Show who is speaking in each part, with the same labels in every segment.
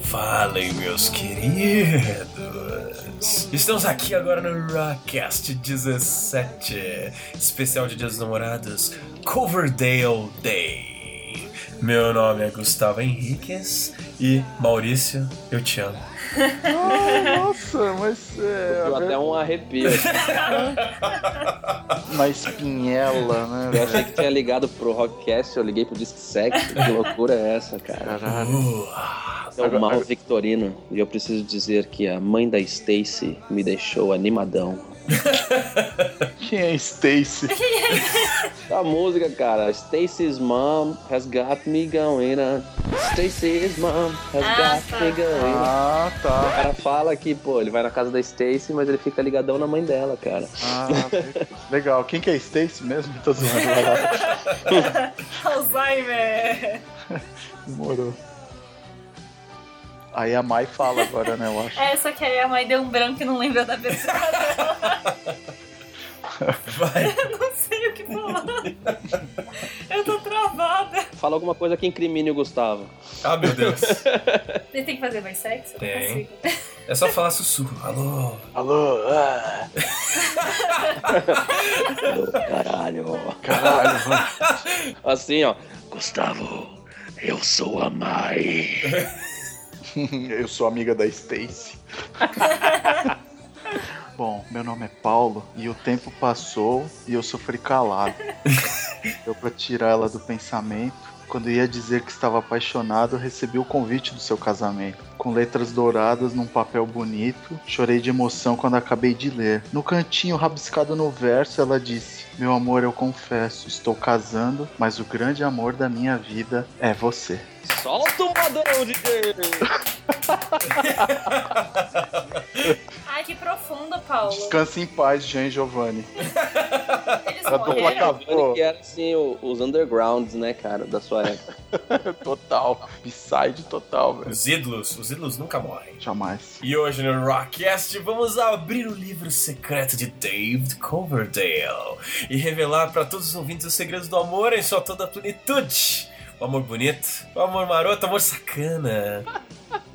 Speaker 1: Falem, meus queridos. Estamos aqui agora no Rockcast 17, especial de Dias dos Namorados, Coverdale Day. Meu nome é Gustavo Henriquez e Maurício, eu te amo.
Speaker 2: Ah, Nossa, mas é.
Speaker 3: Tá
Speaker 4: Deu até um arrepio.
Speaker 2: Uma espinhela, né?
Speaker 4: Eu
Speaker 2: velho?
Speaker 4: achei que tinha ligado pro Rockcast, eu liguei pro Disque Sex. Que loucura é essa, cara?
Speaker 2: Caralho.
Speaker 1: Uh,
Speaker 4: É o Marro Victorino. E eu preciso dizer que a mãe da Stacy me deixou animadão.
Speaker 2: Quem é Stacy?
Speaker 4: A música, cara. Stacy's mom has got me going on. Stacy's mom has
Speaker 3: Ah,
Speaker 4: got me
Speaker 3: tá.
Speaker 4: going on.
Speaker 2: Ah,
Speaker 4: O
Speaker 2: tá.
Speaker 4: cara fala que, pô, ele vai na casa da Stacy, mas ele fica ligadão na mãe dela, cara.
Speaker 2: Ah, legal. Quem que é Stacy mesmo? Tô zoando. vai lá.
Speaker 3: Alzheimer!
Speaker 2: Demorou. Aí a Mai fala agora, né? Eu acho.
Speaker 3: É, só que aí a mãe deu um branco e não lembra da pessoa.
Speaker 1: vai.
Speaker 3: Eu não sei o que falar. Eu tô travada.
Speaker 4: Fala alguma coisa que incrimine o Gustavo.
Speaker 1: Ah, meu Deus.
Speaker 3: Ele tem que fazer mais sexo? Eu não
Speaker 1: Tem.
Speaker 3: consigo.
Speaker 1: É só falar sussurro. Alô.
Speaker 2: Alô? Ah,
Speaker 4: Ô, Caralho.
Speaker 2: caralho.
Speaker 4: Assim, ó. Gustavo, eu sou a Mai.
Speaker 2: Eu sou amiga da Stacy. Bom, meu nome é Paulo e o tempo passou e eu sofri calado. Deu pra tirar ela do pensamento. Quando ia dizer que estava apaixonado, eu recebi o convite do seu casamento. Com letras douradas num papel bonito, chorei de emoção quando acabei de ler. No cantinho rabiscado no verso, ela disse: Meu amor, eu confesso, estou casando, mas o grande amor da minha vida é você.
Speaker 4: Solta o modão, DJ!
Speaker 3: Ai, que profunda, Paulo.
Speaker 2: Descanse em paz, Jean Giovanni.
Speaker 3: Eles
Speaker 2: A dupla
Speaker 3: morreram.
Speaker 2: Tá acabou.
Speaker 4: Que era assim, o- os undergrounds, né, cara, da sua época.
Speaker 2: Total. Beside total, velho.
Speaker 1: Os ídolos, os ídolos nunca morrem.
Speaker 2: Jamais.
Speaker 1: E hoje no Rockcast vamos abrir o livro secreto de David Coverdale e revelar para todos os ouvintes os segredos do amor em sua toda plenitude. O amor bonito, o amor maroto, o amor sacana.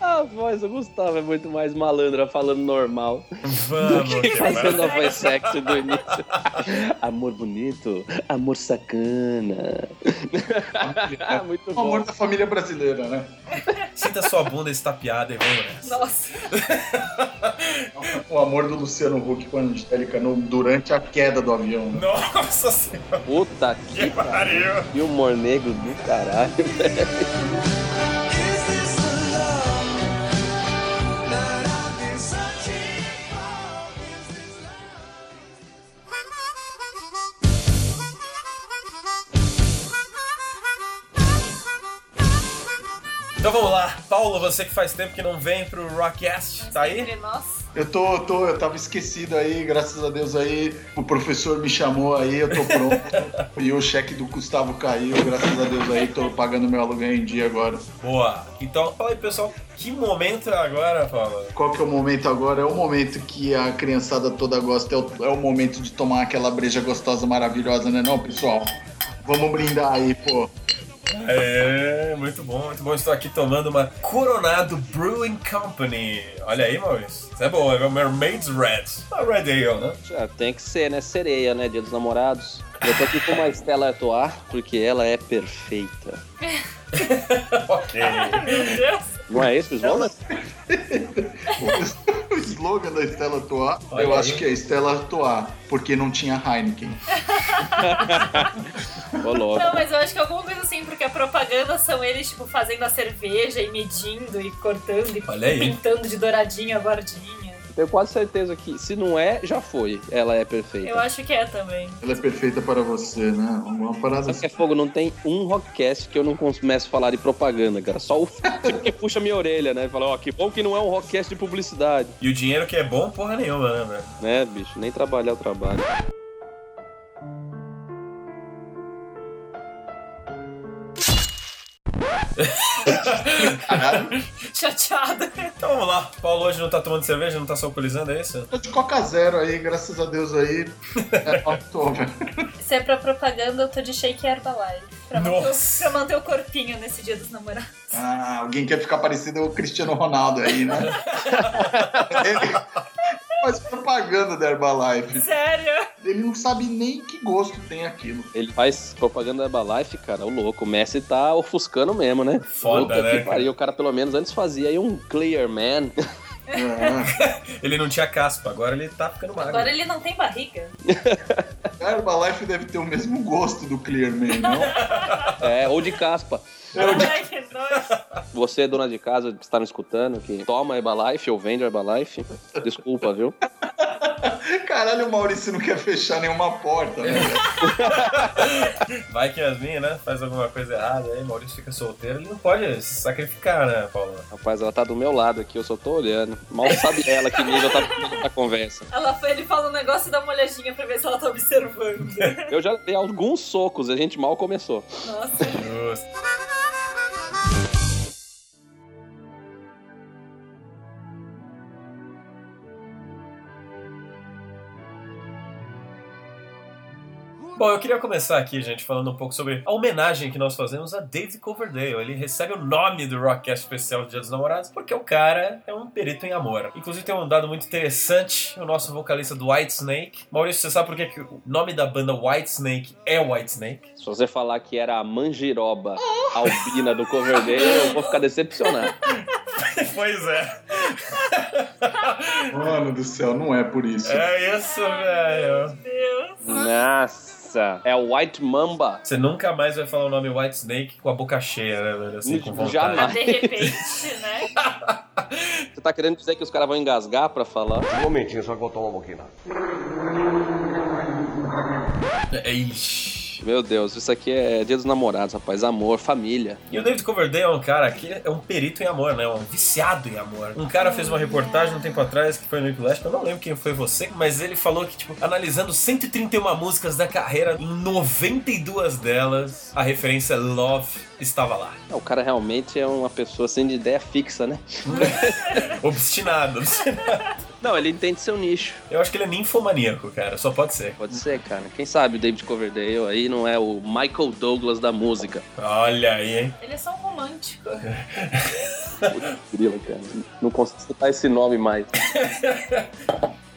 Speaker 4: A voz do Gustavo é muito mais malandra falando normal.
Speaker 1: Vamos,
Speaker 4: Fazendo
Speaker 1: cara.
Speaker 4: a voz sexy do início. amor bonito, amor sacana. muito
Speaker 2: O
Speaker 4: bom.
Speaker 2: amor da família brasileira, né?
Speaker 1: Sinta sua bunda estapeada e vamos nessa.
Speaker 3: Nossa.
Speaker 2: O amor do Luciano Huck com a Angélica no- durante a queda do avião. né?
Speaker 1: Nossa senhora,
Speaker 4: Puta
Speaker 1: que
Speaker 4: que
Speaker 1: pariu.
Speaker 4: E o humor negro do caralho, velho.
Speaker 1: Então vamos lá. Paulo, você que faz tempo que não vem pro Rockcast, tá aí?
Speaker 3: Entre nós.
Speaker 2: Eu tô, eu tô, eu tava esquecido aí, graças a Deus aí. O professor me chamou aí, eu tô pronto. e o cheque do Gustavo caiu, graças a Deus aí, tô pagando meu aluguel em dia agora.
Speaker 1: Boa. Então, fala aí, pessoal, que momento é agora, Paulo?
Speaker 2: Qual que é o momento agora? É o momento que a criançada toda gosta, é o, é o momento de tomar aquela breja gostosa, maravilhosa, né não, pessoal? Vamos brindar aí, pô.
Speaker 1: É, muito bom, muito bom. Estou aqui tomando uma Coronado Brewing Company. Olha aí, Maurício. Isso é bom, é uma Mermaid's Red. Uma Red Ale, né?
Speaker 4: Já tem que ser, né? Sereia, né? Dia dos namorados. Eu tô aqui com uma Estela Etoar, porque ela é perfeita.
Speaker 1: ok.
Speaker 3: Meu Deus.
Speaker 4: Não é esse o slogan?
Speaker 2: o slogan da Estela Toa,
Speaker 1: Olha
Speaker 2: eu
Speaker 1: aí.
Speaker 2: acho que é Estela Toa, porque não tinha Heineken. é
Speaker 4: Ô, louco.
Speaker 3: Não, mas eu acho que alguma coisa assim, porque a propaganda são eles, tipo, fazendo a cerveja e medindo e cortando e
Speaker 1: Olha aí.
Speaker 3: pintando de douradinho a bordinha.
Speaker 4: Tenho quase certeza que, se não é, já foi. Ela é perfeita.
Speaker 3: Eu acho que é também.
Speaker 2: Ela é perfeita para você, né? Uma parada
Speaker 4: Sabe que
Speaker 2: assim.
Speaker 4: é fogo? Não tem um rockcast que eu não começo a falar de propaganda, cara. Só o tipo que puxa minha orelha, né? Fala, ó, que bom que não é um rockcast de publicidade,
Speaker 1: E o dinheiro que é bom, porra nenhuma, né, velho?
Speaker 4: né, bicho? Nem trabalhar o trabalho.
Speaker 3: Chateada.
Speaker 1: Então vamos lá. Paulo hoje não tá tomando cerveja, não tá se alcoolizando, é isso?
Speaker 2: Tô de Coca Zero aí, graças a Deus aí. É October.
Speaker 3: Se é pra propaganda, eu tô de shake e Herbalife. Pra manter, o,
Speaker 1: Nossa.
Speaker 3: pra manter o corpinho nesse dia dos namorados.
Speaker 2: Ah, alguém quer ficar parecido com o Cristiano Ronaldo aí, né? Ele faz propaganda da Herbalife.
Speaker 3: Sério?
Speaker 2: Ele não sabe nem que gosto tem aquilo.
Speaker 4: Ele faz propaganda da Herbalife, cara, o louco. O Messi tá ofuscando mesmo, né?
Speaker 1: Foda,
Speaker 4: Puta
Speaker 1: né,
Speaker 4: que pariu. O cara pelo menos antes fazia aí um Clear Man.
Speaker 2: É.
Speaker 1: Ele não tinha caspa, agora ele tá ficando magro.
Speaker 3: Agora ele não tem barriga.
Speaker 2: A Herbalife deve ter o mesmo gosto do Clearman, não?
Speaker 4: É, ou de caspa.
Speaker 3: Ai, que nojo.
Speaker 4: Você, dona de casa, que está nos escutando, que toma Herbalife ou vende Herbalife, desculpa, viu?
Speaker 2: Caralho, o Maurício não quer fechar nenhuma porta, né?
Speaker 1: Vai que as minhas, né? Faz alguma coisa errada aí, Maurício fica solteiro, ele não pode se sacrificar, né, Paulo?
Speaker 4: Rapaz, ela tá do meu lado aqui, eu só tô olhando. Mal sabe ela que nível tá a conversa.
Speaker 3: Ela foi, ele fala um negócio e dá uma olhadinha pra ver se ela tá observando.
Speaker 4: Eu já dei alguns socos, a gente mal começou.
Speaker 3: Nossa.
Speaker 1: Justo. Bom, eu queria começar aqui, gente, falando um pouco sobre a homenagem que nós fazemos a David Coverdale. Ele recebe o nome do Rockcast especial do Dia dos Namorados porque o cara é um perito em amor. Inclusive tem um dado muito interessante, o nosso vocalista do Whitesnake. Maurício, você sabe por que, que o nome da banda Whitesnake é Whitesnake?
Speaker 4: Se você falar que era a manjiroba albina do Coverdale, eu vou ficar decepcionado.
Speaker 1: pois é.
Speaker 2: Mano do céu, não é por isso.
Speaker 1: É isso, velho.
Speaker 3: Meu Deus.
Speaker 4: Nossa! É o White Mamba.
Speaker 1: Você nunca mais vai falar o nome White Snake com a boca cheia, né, velho? Assim, com vontade.
Speaker 4: Jamais.
Speaker 3: De repente, né?
Speaker 4: Você tá querendo dizer que os caras vão engasgar pra falar?
Speaker 5: Um momentinho, só que eu tomo um pouquinho.
Speaker 1: É, Ixi.
Speaker 4: Meu Deus, isso aqui é dia dos namorados, rapaz. Amor, família.
Speaker 1: E o David Coverdale é um cara que é um perito em amor, né? Um viciado em amor. Um cara fez uma reportagem um tempo atrás que foi no Nicolás, eu não lembro quem foi você, mas ele falou que, tipo, analisando 131 músicas da carreira, em 92 delas, a referência Love estava lá.
Speaker 4: É, O cara realmente é uma pessoa sem ideia fixa, né?
Speaker 1: Obstinado.
Speaker 4: Não, ele entende seu nicho.
Speaker 1: Eu acho que ele é ninfomaníaco, cara. Só pode ser.
Speaker 4: Pode ser, cara. Quem sabe o David Coverdale aí não é o Michael Douglas da música.
Speaker 1: Olha aí, hein?
Speaker 3: Ele é só um romântico.
Speaker 4: Grilo, cara. Não consigo citar esse nome mais.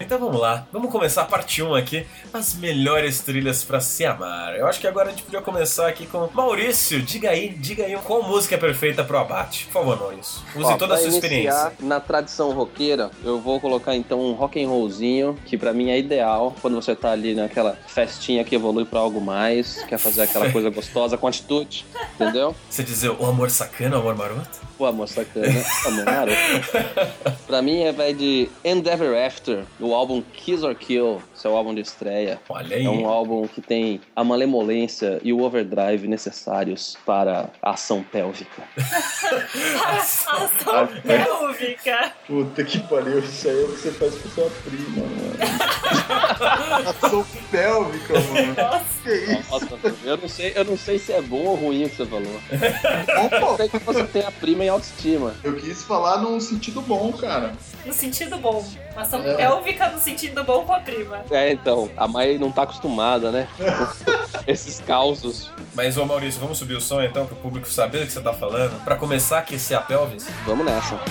Speaker 1: Então vamos lá, vamos começar a parte 1 aqui, as melhores trilhas pra se amar. Eu acho que agora a gente podia começar aqui com Maurício, diga aí, diga aí qual música é perfeita pro abate. Por favor, Maurício, use
Speaker 4: Ó,
Speaker 1: toda a
Speaker 4: pra
Speaker 1: sua experiência.
Speaker 4: iniciar Na tradição roqueira, eu vou colocar então um rock and rollzinho, que pra mim é ideal quando você tá ali naquela festinha que evolui pra algo mais, quer fazer aquela coisa gostosa com atitude, entendeu?
Speaker 1: Você dizer o amor sacana, o amor maroto?
Speaker 4: Pô, amor, sacana. Amor, garoto. pra mim é vai de Endeavor After, o álbum Kiss or Kill, seu álbum de estreia.
Speaker 1: Olha aí.
Speaker 4: É um álbum que tem a malemolência e o overdrive necessários para a ação pélvica.
Speaker 3: Ação pélvica.
Speaker 2: Puta que pariu, isso aí é o que você faz com sua prima, mano. Ação pélvica, mano.
Speaker 3: Nossa.
Speaker 2: Que isso?
Speaker 4: Nossa, eu não sei, eu não sei se é bom ou ruim o que você falou. Eu
Speaker 2: Bom,
Speaker 4: sei que você tem a prima em autoestima.
Speaker 2: Eu quis falar num sentido bom, cara.
Speaker 3: No sentido bom. Uma ação
Speaker 2: É.
Speaker 3: pélvica no sentido bom com a prima.
Speaker 4: É, então, a mãe não tá acostumada, né? Esses causos.
Speaker 1: Mas ô Maurício, vamos subir o som então pro público saber o que você tá falando? Pra começar a aquecer a pelvis?
Speaker 4: Vamos nessa.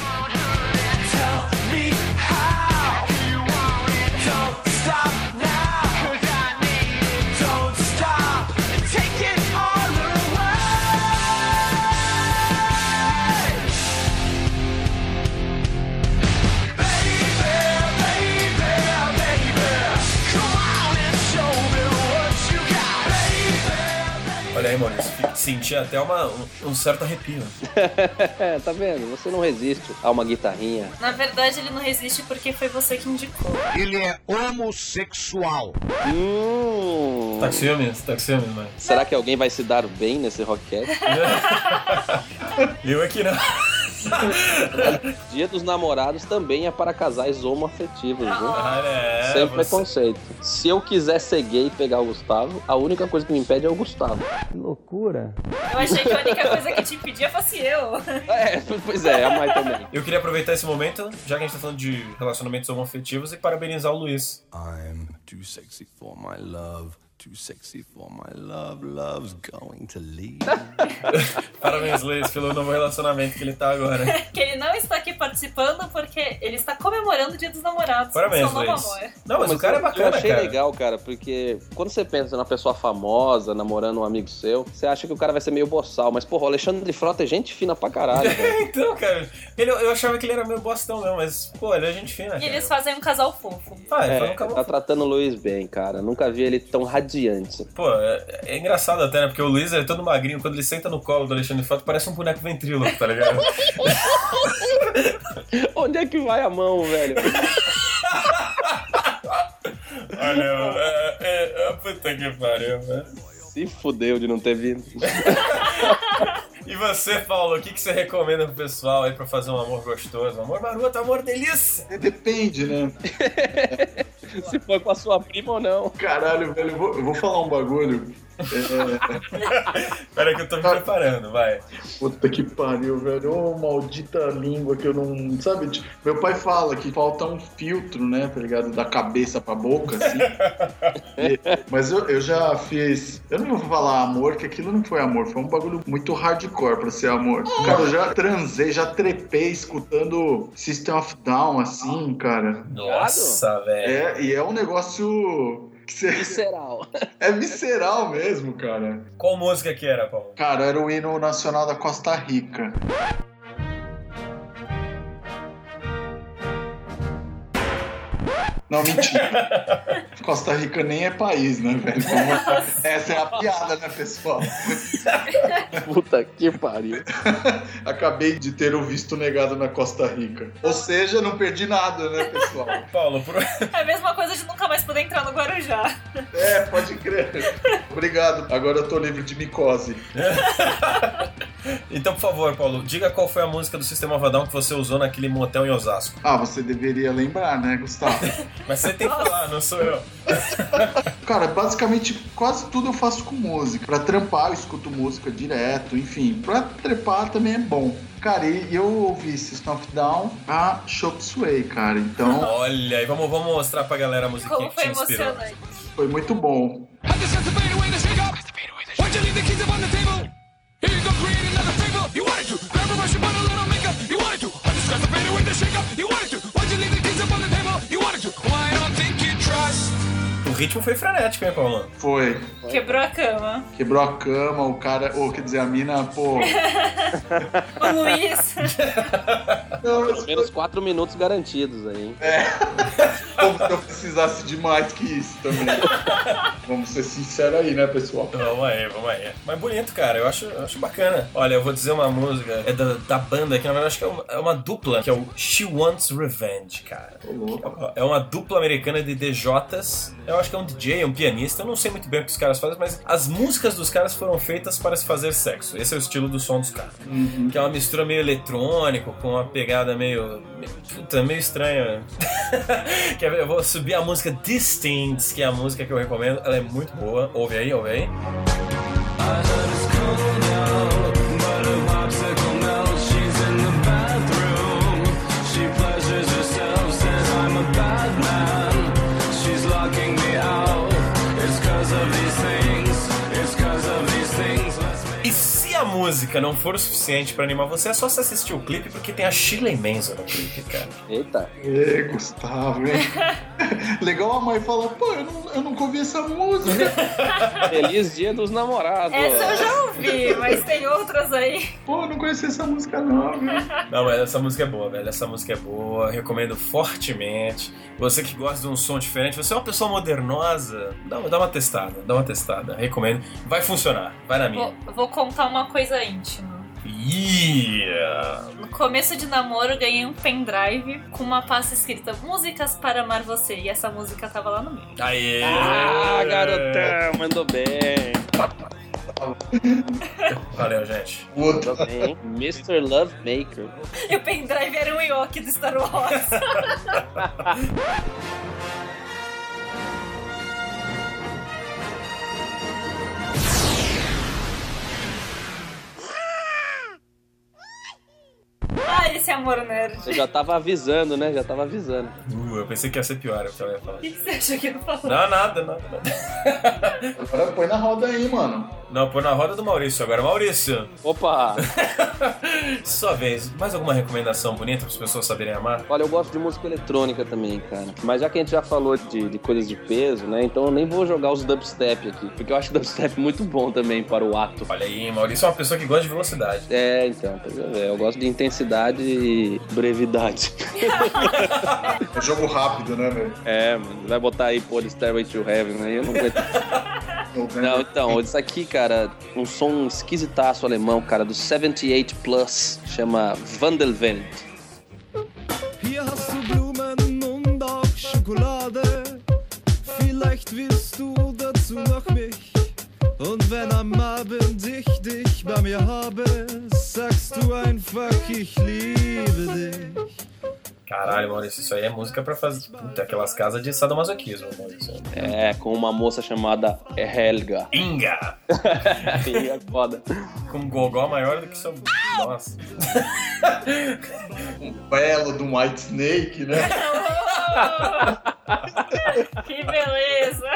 Speaker 1: Olha aí, Maurício, fiquei- senti até uma, um, um certo arrepio.
Speaker 4: É, tá vendo? Você não resiste a uma guitarrinha.
Speaker 3: Na verdade, ele não resiste porque foi você que indicou.
Speaker 5: Ele é homossexual.
Speaker 4: Hum.
Speaker 1: Tá com ciúmes? Tá com ciúmes, mano?
Speaker 4: Será que alguém vai se dar bem nesse rockete?
Speaker 1: Eu aqui não.
Speaker 4: Dia dos namorados também é para casais homoafetivos, viu?
Speaker 1: Olha, é,
Speaker 4: Sem
Speaker 1: você-
Speaker 4: preconceito. Se eu quiser ser gay e pegar o Gustavo, a única coisa que me impede é o Gustavo. Loucura.
Speaker 3: Eu achei que a única coisa que te impedia fosse eu.
Speaker 4: É, pois é, a mãe também.
Speaker 1: Eu queria aproveitar esse momento, já que a gente tá falando de relacionamentos homoafetivos, e parabenizar o Luiz.
Speaker 6: I'm too sexy for my love, too sexy for my love, love's going to leave.
Speaker 1: Parabéns, Luiz, pelo novo relacionamento que ele tá agora.
Speaker 3: Que ele não está aqui participando porque ele está comemorando o Dia dos Namorados.
Speaker 1: Parabéns,
Speaker 3: seu novo
Speaker 1: Luiz.
Speaker 3: amor.
Speaker 1: Não, mas, o cara
Speaker 4: eu,
Speaker 1: é bacana,
Speaker 4: Eu achei
Speaker 1: cara.
Speaker 4: legal, cara, porque quando você pensa numa pessoa famosa, namorando um amigo seu, você acha que o cara vai ser meio boçal. Mas, porra, o Alexandre Frota é gente fina pra caralho, cara.
Speaker 1: Então, cara, ele- eu achava que ele era meio bostão mesmo, mas, pô, ele é gente fina.
Speaker 3: E
Speaker 1: cara.
Speaker 3: eles fazem um casal fofo.
Speaker 1: Ah, ele fala
Speaker 4: É,
Speaker 1: um cabra-
Speaker 4: tá tratando o Luiz bem, cara. Nunca vi ele tão radiante.
Speaker 1: Pô, é, é engraçado até, né? Porque o Luiz é todo magrinho, quando ele senta no colo do Alexandre Foto, parece um boneco ventríloco, tá ligado?
Speaker 4: Onde é que vai a mão, velho?
Speaker 1: Olha, é, é, é, puta que pariu, velho.
Speaker 4: Se fudeu de não ter vindo.
Speaker 1: E você, Paulo, o que, que você recomenda pro pessoal aí pra fazer um amor gostoso? Um amor maroto, um amor delícia!
Speaker 2: Depende, né?
Speaker 4: Se foi com a sua prima ou não.
Speaker 2: Caralho, velho, eu vou, eu vou falar um bagulho. É,
Speaker 1: Pera que eu tô me preparando, vai.
Speaker 2: puta que pariu, velho. Ô, maldita língua que eu não. Sabe? tipo, Meu pai fala que falta um filtro, né? Tá ligado? Da cabeça pra boca, assim. E- mas eu, eu já fiz. Eu não vou falar amor, que aquilo não foi amor. Foi um bagulho muito hardcore pra ser amor. Cara, eu já transei, já trepei escutando System of Down, assim, cara.
Speaker 1: Nossa, velho.
Speaker 2: É, e é um negócio. Que você.
Speaker 4: Visceral.
Speaker 2: É visceral mesmo, cara.
Speaker 1: Qual música que era, Paulo?
Speaker 2: Cara, era o hino nacional da Costa Rica. Não, mentira. Costa Rica nem é país, né, velho? Vamos- Essa é a piada, né, pessoal?
Speaker 4: Puta que pariu.
Speaker 2: Acabei de ter o visto negado na Costa Rica. Ou seja, não perdi nada, né, pessoal?
Speaker 1: Paulo, pro...
Speaker 3: É a mesma coisa de nunca mais poder entrar no Guarujá.
Speaker 2: É, pode crer. Obrigado. Agora eu tô livre de micose.
Speaker 1: então, por favor, Paulo, diga qual foi a música do Sistema Vadão que você usou naquele motel em Osasco.
Speaker 2: Ah, você deveria lembrar, né, Gustavo?
Speaker 1: Mas você tem que falar, não sou eu.
Speaker 2: Cara, basicamente quase tudo eu faço com música. Pra trampar, eu escuto música direto, enfim. Pra trepar também é bom. Cara, e eu ouvi System of Down a Chop Suey, cara. Então
Speaker 1: Olha, e vamos, vamos mostrar pra galera a musiquinha
Speaker 3: Como
Speaker 1: que
Speaker 3: foi
Speaker 1: te inspirou.
Speaker 3: emocionante.
Speaker 2: foi muito bom.
Speaker 1: O ritmo foi frenético, hein, Paulo?
Speaker 7: é,
Speaker 2: Foi.
Speaker 3: Quebrou a cama.
Speaker 2: Quebrou a cama, o cara. Ou quer dizer, a mina, pô.
Speaker 3: O Luiz.
Speaker 2: Não,
Speaker 4: Pelo menos quatro minutos garantidos aí, hein?
Speaker 2: como se eu precisasse de mais que isso também. Vamos ser sinceros aí, né, pessoal?
Speaker 1: Vamos aí, vamos aí. Mas bonito, cara, eu acho, eu acho bacana. Olha, eu vou dizer uma música, é da, da banda, que na verdade acho que é uma, é uma dupla, que é o She Wants Revenge, cara. É uma dupla americana de DJs. Eu acho que é um DJ, é um pianista. Eu não sei muito bem o que os caras fazem, mas as músicas dos caras foram feitas para se fazer sexo. Esse é o estilo do som dos caras. Que é uma mistura meio eletrônico, com uma pegada meio. meio- Puta, meio estranha. Quer ver? Eu vou subir a música Distinct, que é a música que eu recomendo. Ela é muito boa. Ouve aí, ouve aí. E se a música não for o suficiente pra animar você, é só você assistir o clipe, porque tem a Shirley Manson no clipe, cara.
Speaker 4: Eita.
Speaker 2: Ê, É, Gustavo, hein? Legal a mãe falar, pô, eu não, eu nunca ouvi essa música.
Speaker 4: Feliz dia dos namorados.
Speaker 3: Essa eu já ouvi, mas tem outras aí.
Speaker 2: Pô, eu não conhecia essa música, não, viu?
Speaker 1: Não, mas essa música é boa, velho. Essa música é boa, recomendo fortemente. Você que gosta de um som diferente, você é uma pessoa modernosa, dá, dá uma testada, dá uma testada. Recomendo. Vai funcionar, vai na
Speaker 3: Vou,
Speaker 1: minha.
Speaker 3: vou contar uma coisa íntima.
Speaker 1: Yeah!
Speaker 3: No começo de namoro, eu ganhei um pendrive com uma pasta escrita Músicas para Amar Você. E essa música tava lá no meio.
Speaker 1: Aê!
Speaker 4: Ah, garotão, mandou bem.
Speaker 1: Valeu, gente.
Speaker 7: Puta.
Speaker 4: Também, Mr. Lovemaker.
Speaker 3: E o pendrive era um Yoki do Star Wars. ah, esse amor nerd.
Speaker 4: Eu já tava avisando, né? Já tava avisando.
Speaker 1: Uh, eu pensei que ia ser pior, é o que ela ia falar.
Speaker 3: O que, que você achou que eu falou?
Speaker 1: Não, nada, nada, nada.
Speaker 7: Agora põe na roda aí, mano.
Speaker 1: Não, põe na roda do Maurício agora. Maurício,
Speaker 4: Opa!
Speaker 1: sua vez, mais alguma recomendação bonita para as pessoas saberem amar?
Speaker 4: Olha, eu gosto de música eletrônica também, cara. Mas já que a gente já falou de, de coisas de peso, né? Então eu nem vou jogar os dubstep aqui. Porque eu acho dubstep muito bom também para o ato.
Speaker 1: Olha aí, Maurício é uma pessoa que gosta de velocidade.
Speaker 4: É, então, pois é, eu gosto de intensidade e brevidade.
Speaker 7: É jogo rápido, né, meu?
Speaker 4: É, mano, vai botar aí, pô, de Stairway to Heaven, aí eu não aguento. Não, então, isso aqui, cara, um som esquisitaço alemão, cara, do 78 Plus, chama Vandelvent.
Speaker 6: Hier hast du Blumen und auch Schokolade. Vielleicht willst du dazu noch mich. Und wenn am Abend ich dich bei mir habe, sagst du einfach, ich liebe dich.
Speaker 1: Caralho, Maurício, isso aí é música pra fazer. Puta, aquelas casas de sadomasoquismo, Maurício.
Speaker 4: É, com uma moça chamada Helga.
Speaker 1: Inga!
Speaker 4: Aí é foda.
Speaker 1: Com um gogó maior do que seu. Nossa.
Speaker 7: Um belo de um White Snake, né?
Speaker 3: que beleza!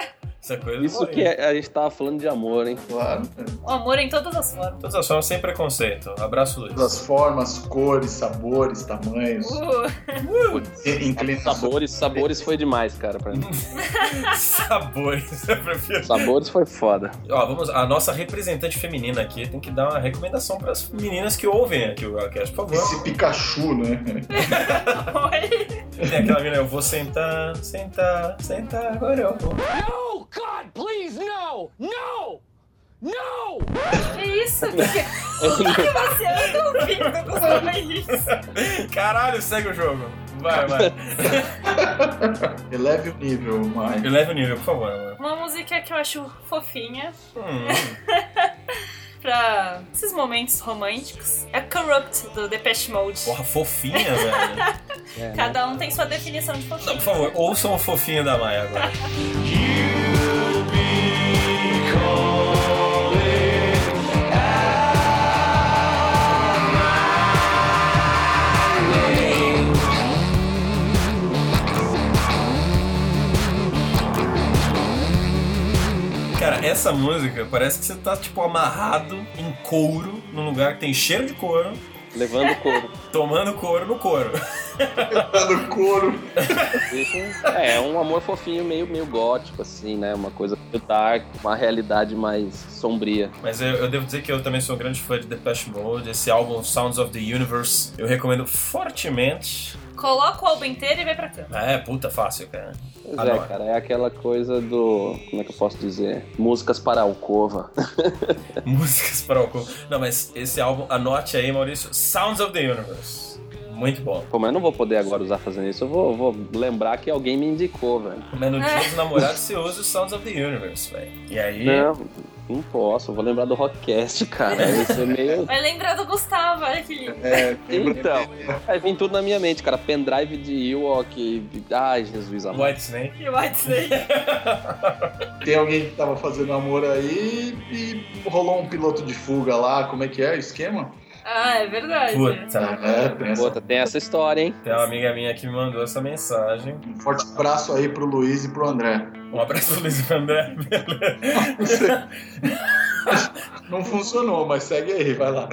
Speaker 1: Essa coisa do
Speaker 4: Isso
Speaker 1: Maurício.
Speaker 4: que é- a gente tava falando de amor, hein?
Speaker 7: Claro. né?
Speaker 3: O amor em todas as formas.
Speaker 1: Todas as formas sem preconceito. Abraço, Luiz.
Speaker 7: Todas as formas, cores, sabores, tamanhos,
Speaker 3: Uh,
Speaker 7: e- inclinações.
Speaker 4: Sabores, sabores foi demais, cara, pra mim.
Speaker 1: Sabores, eu prefiro.
Speaker 4: Sabores foi foda.
Speaker 1: Ó, vamos, a nossa representante feminina aqui tem que dar uma recomendação para as meninas que ouvem aqui o Wildcast, por favor.
Speaker 7: Esse Pikachu, né?
Speaker 3: oi.
Speaker 1: Tem aquela menina, eu vou sentar, sentar, sentar, agora eu vou.
Speaker 3: Que isso? Que que você anda ouvindo Gustavo é isso?
Speaker 1: Caralho, segue o jogo. Vai, vai.
Speaker 7: Eleve o nível, Mike.
Speaker 1: Eleve o nível, por favor. amor.
Speaker 3: Uma música que eu acho fofinha
Speaker 1: Hum,
Speaker 3: pra esses momentos românticos é Corrupt do Depeche Mode.
Speaker 1: porra, fofinha, velho.
Speaker 3: Cada um tem sua definição de fofinho.
Speaker 1: Não, por favor, ouçam o fofinho da Maia agora. Cara, essa música parece que você tá, tipo, amarrado em couro, num lugar que tem cheiro de couro,
Speaker 4: Levando couro.
Speaker 1: tomando couro no couro.
Speaker 7: Tá no couro.
Speaker 4: Isso é é um amor fofinho, meio, meio gótico, assim, né? Uma coisa meio dark, uma realidade mais sombria.
Speaker 1: Mas eu, eu devo dizer que eu também sou um grande fã de Depeche Mode. Esse álbum Sounds of the Universe eu recomendo fortemente.
Speaker 3: Coloca o álbum inteiro e vai pra cama.
Speaker 1: Ah, É, puta fácil, cara.
Speaker 4: Pois
Speaker 1: Ah, não, é.
Speaker 4: é, cara, é aquela coisa do. Como é que eu posso dizer? Músicas para a alcova.
Speaker 1: Músicas para o cu. Não, mas esse álbum, anote aí, Maurício. Sounds of the Universe. Muito bom.
Speaker 4: Como eu não vou poder agora usar fazendo isso, eu vou, vou lembrar que alguém me indicou, velho.
Speaker 1: Mas no dia dos namorados você usa o Sounds of the Universe, velho. E aí.
Speaker 4: Não, não posso, eu vou lembrar do Rockcast, cara. Isso é meio.
Speaker 3: Vai lembrar do Gustavo, olha que lindo.
Speaker 7: É, lembra-
Speaker 4: Então, vai vir tudo na minha mente, cara. Pendrive de Ewok. Ai, Jesus amado.
Speaker 1: White Snake.
Speaker 3: E o Whitesnake.
Speaker 7: Tem alguém que tava fazendo amor aí e rolou um piloto de fuga lá. Como é que é o esquema?
Speaker 3: Ah, é verdade.
Speaker 1: Puta.
Speaker 7: É, tem essa-
Speaker 4: Puta, tem essa história, hein?
Speaker 1: Tem uma amiga minha que me mandou essa mensagem.
Speaker 7: Um forte abraço aí pro Luiz e pro André.
Speaker 1: Um abraço pro Luiz e pro André.
Speaker 7: Não funcionou, mas segue aí, vai lá.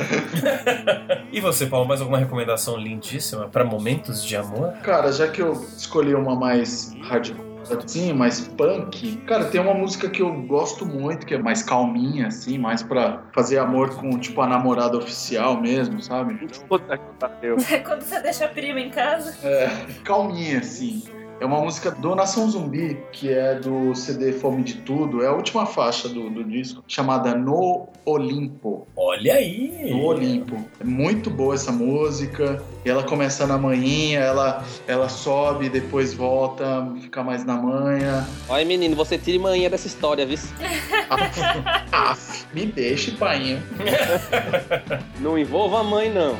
Speaker 1: E você, Paulo, mais alguma recomendação lindíssima para momentos de amor?
Speaker 7: Cara, já que eu escolhi uma mais hardcore, assim, mais punk, cara, tem uma música que eu gosto muito, que é mais calminha, assim, mais pra fazer amor com, tipo, a namorada oficial mesmo, sabe?
Speaker 4: Puta que pariu.
Speaker 3: É Quando você deixa a prima em casa.
Speaker 7: É, calminha, assim. É uma música do Nação Zumbi, que é do CD Fome de Tudo, é a última faixa do, do disco, chamada No Olimpo.
Speaker 1: Olha aí!
Speaker 7: No Olimpo. É muito boa essa música. E ela começa na manhinha, ela, ela sobe, depois volta, fica mais na manhã.
Speaker 4: Olha, menino, você tira manhã dessa história, viu?
Speaker 7: Aff, me deixe, painho.
Speaker 4: Não envolva a mãe, não.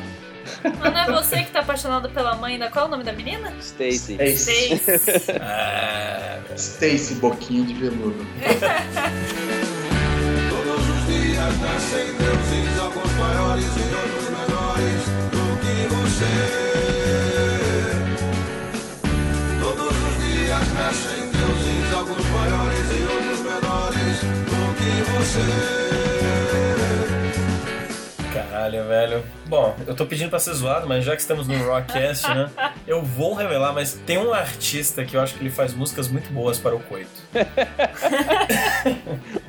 Speaker 3: Mas não é você que tá apaixonado pela mãe da. Qual é o nome da menina?
Speaker 4: Stacy.
Speaker 7: É isso.
Speaker 3: Seis.
Speaker 1: Ah,
Speaker 7: Stacy, boquinha de veludo.
Speaker 1: caralho, velho. Bom, eu tô pedindo pra ser zoado, mas já que estamos no Rockcast, né? Eu vou revelar, mas tem um artista que eu acho que ele faz músicas muito boas para o coito.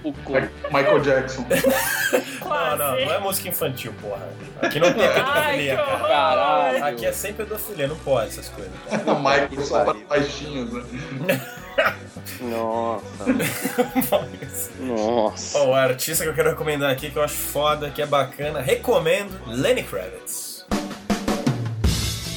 Speaker 4: O corpo.
Speaker 7: Michael Jackson.
Speaker 1: Não,
Speaker 3: Quase.
Speaker 1: não, não é música infantil, porra. Aqui não tem
Speaker 3: Ah, Ai, que
Speaker 1: pedofilia, cara.
Speaker 3: horror.
Speaker 4: Caralho.
Speaker 1: Aqui é sem pedofilia, não pode essas coisas.
Speaker 7: O Michael só para baixinhos, né?
Speaker 4: Nossa,
Speaker 1: Mas-
Speaker 4: nossa.
Speaker 1: Ó, o artista que eu quero recomendar aqui, que eu acho foda, que é bacana, recomendo Lenny Kravitz.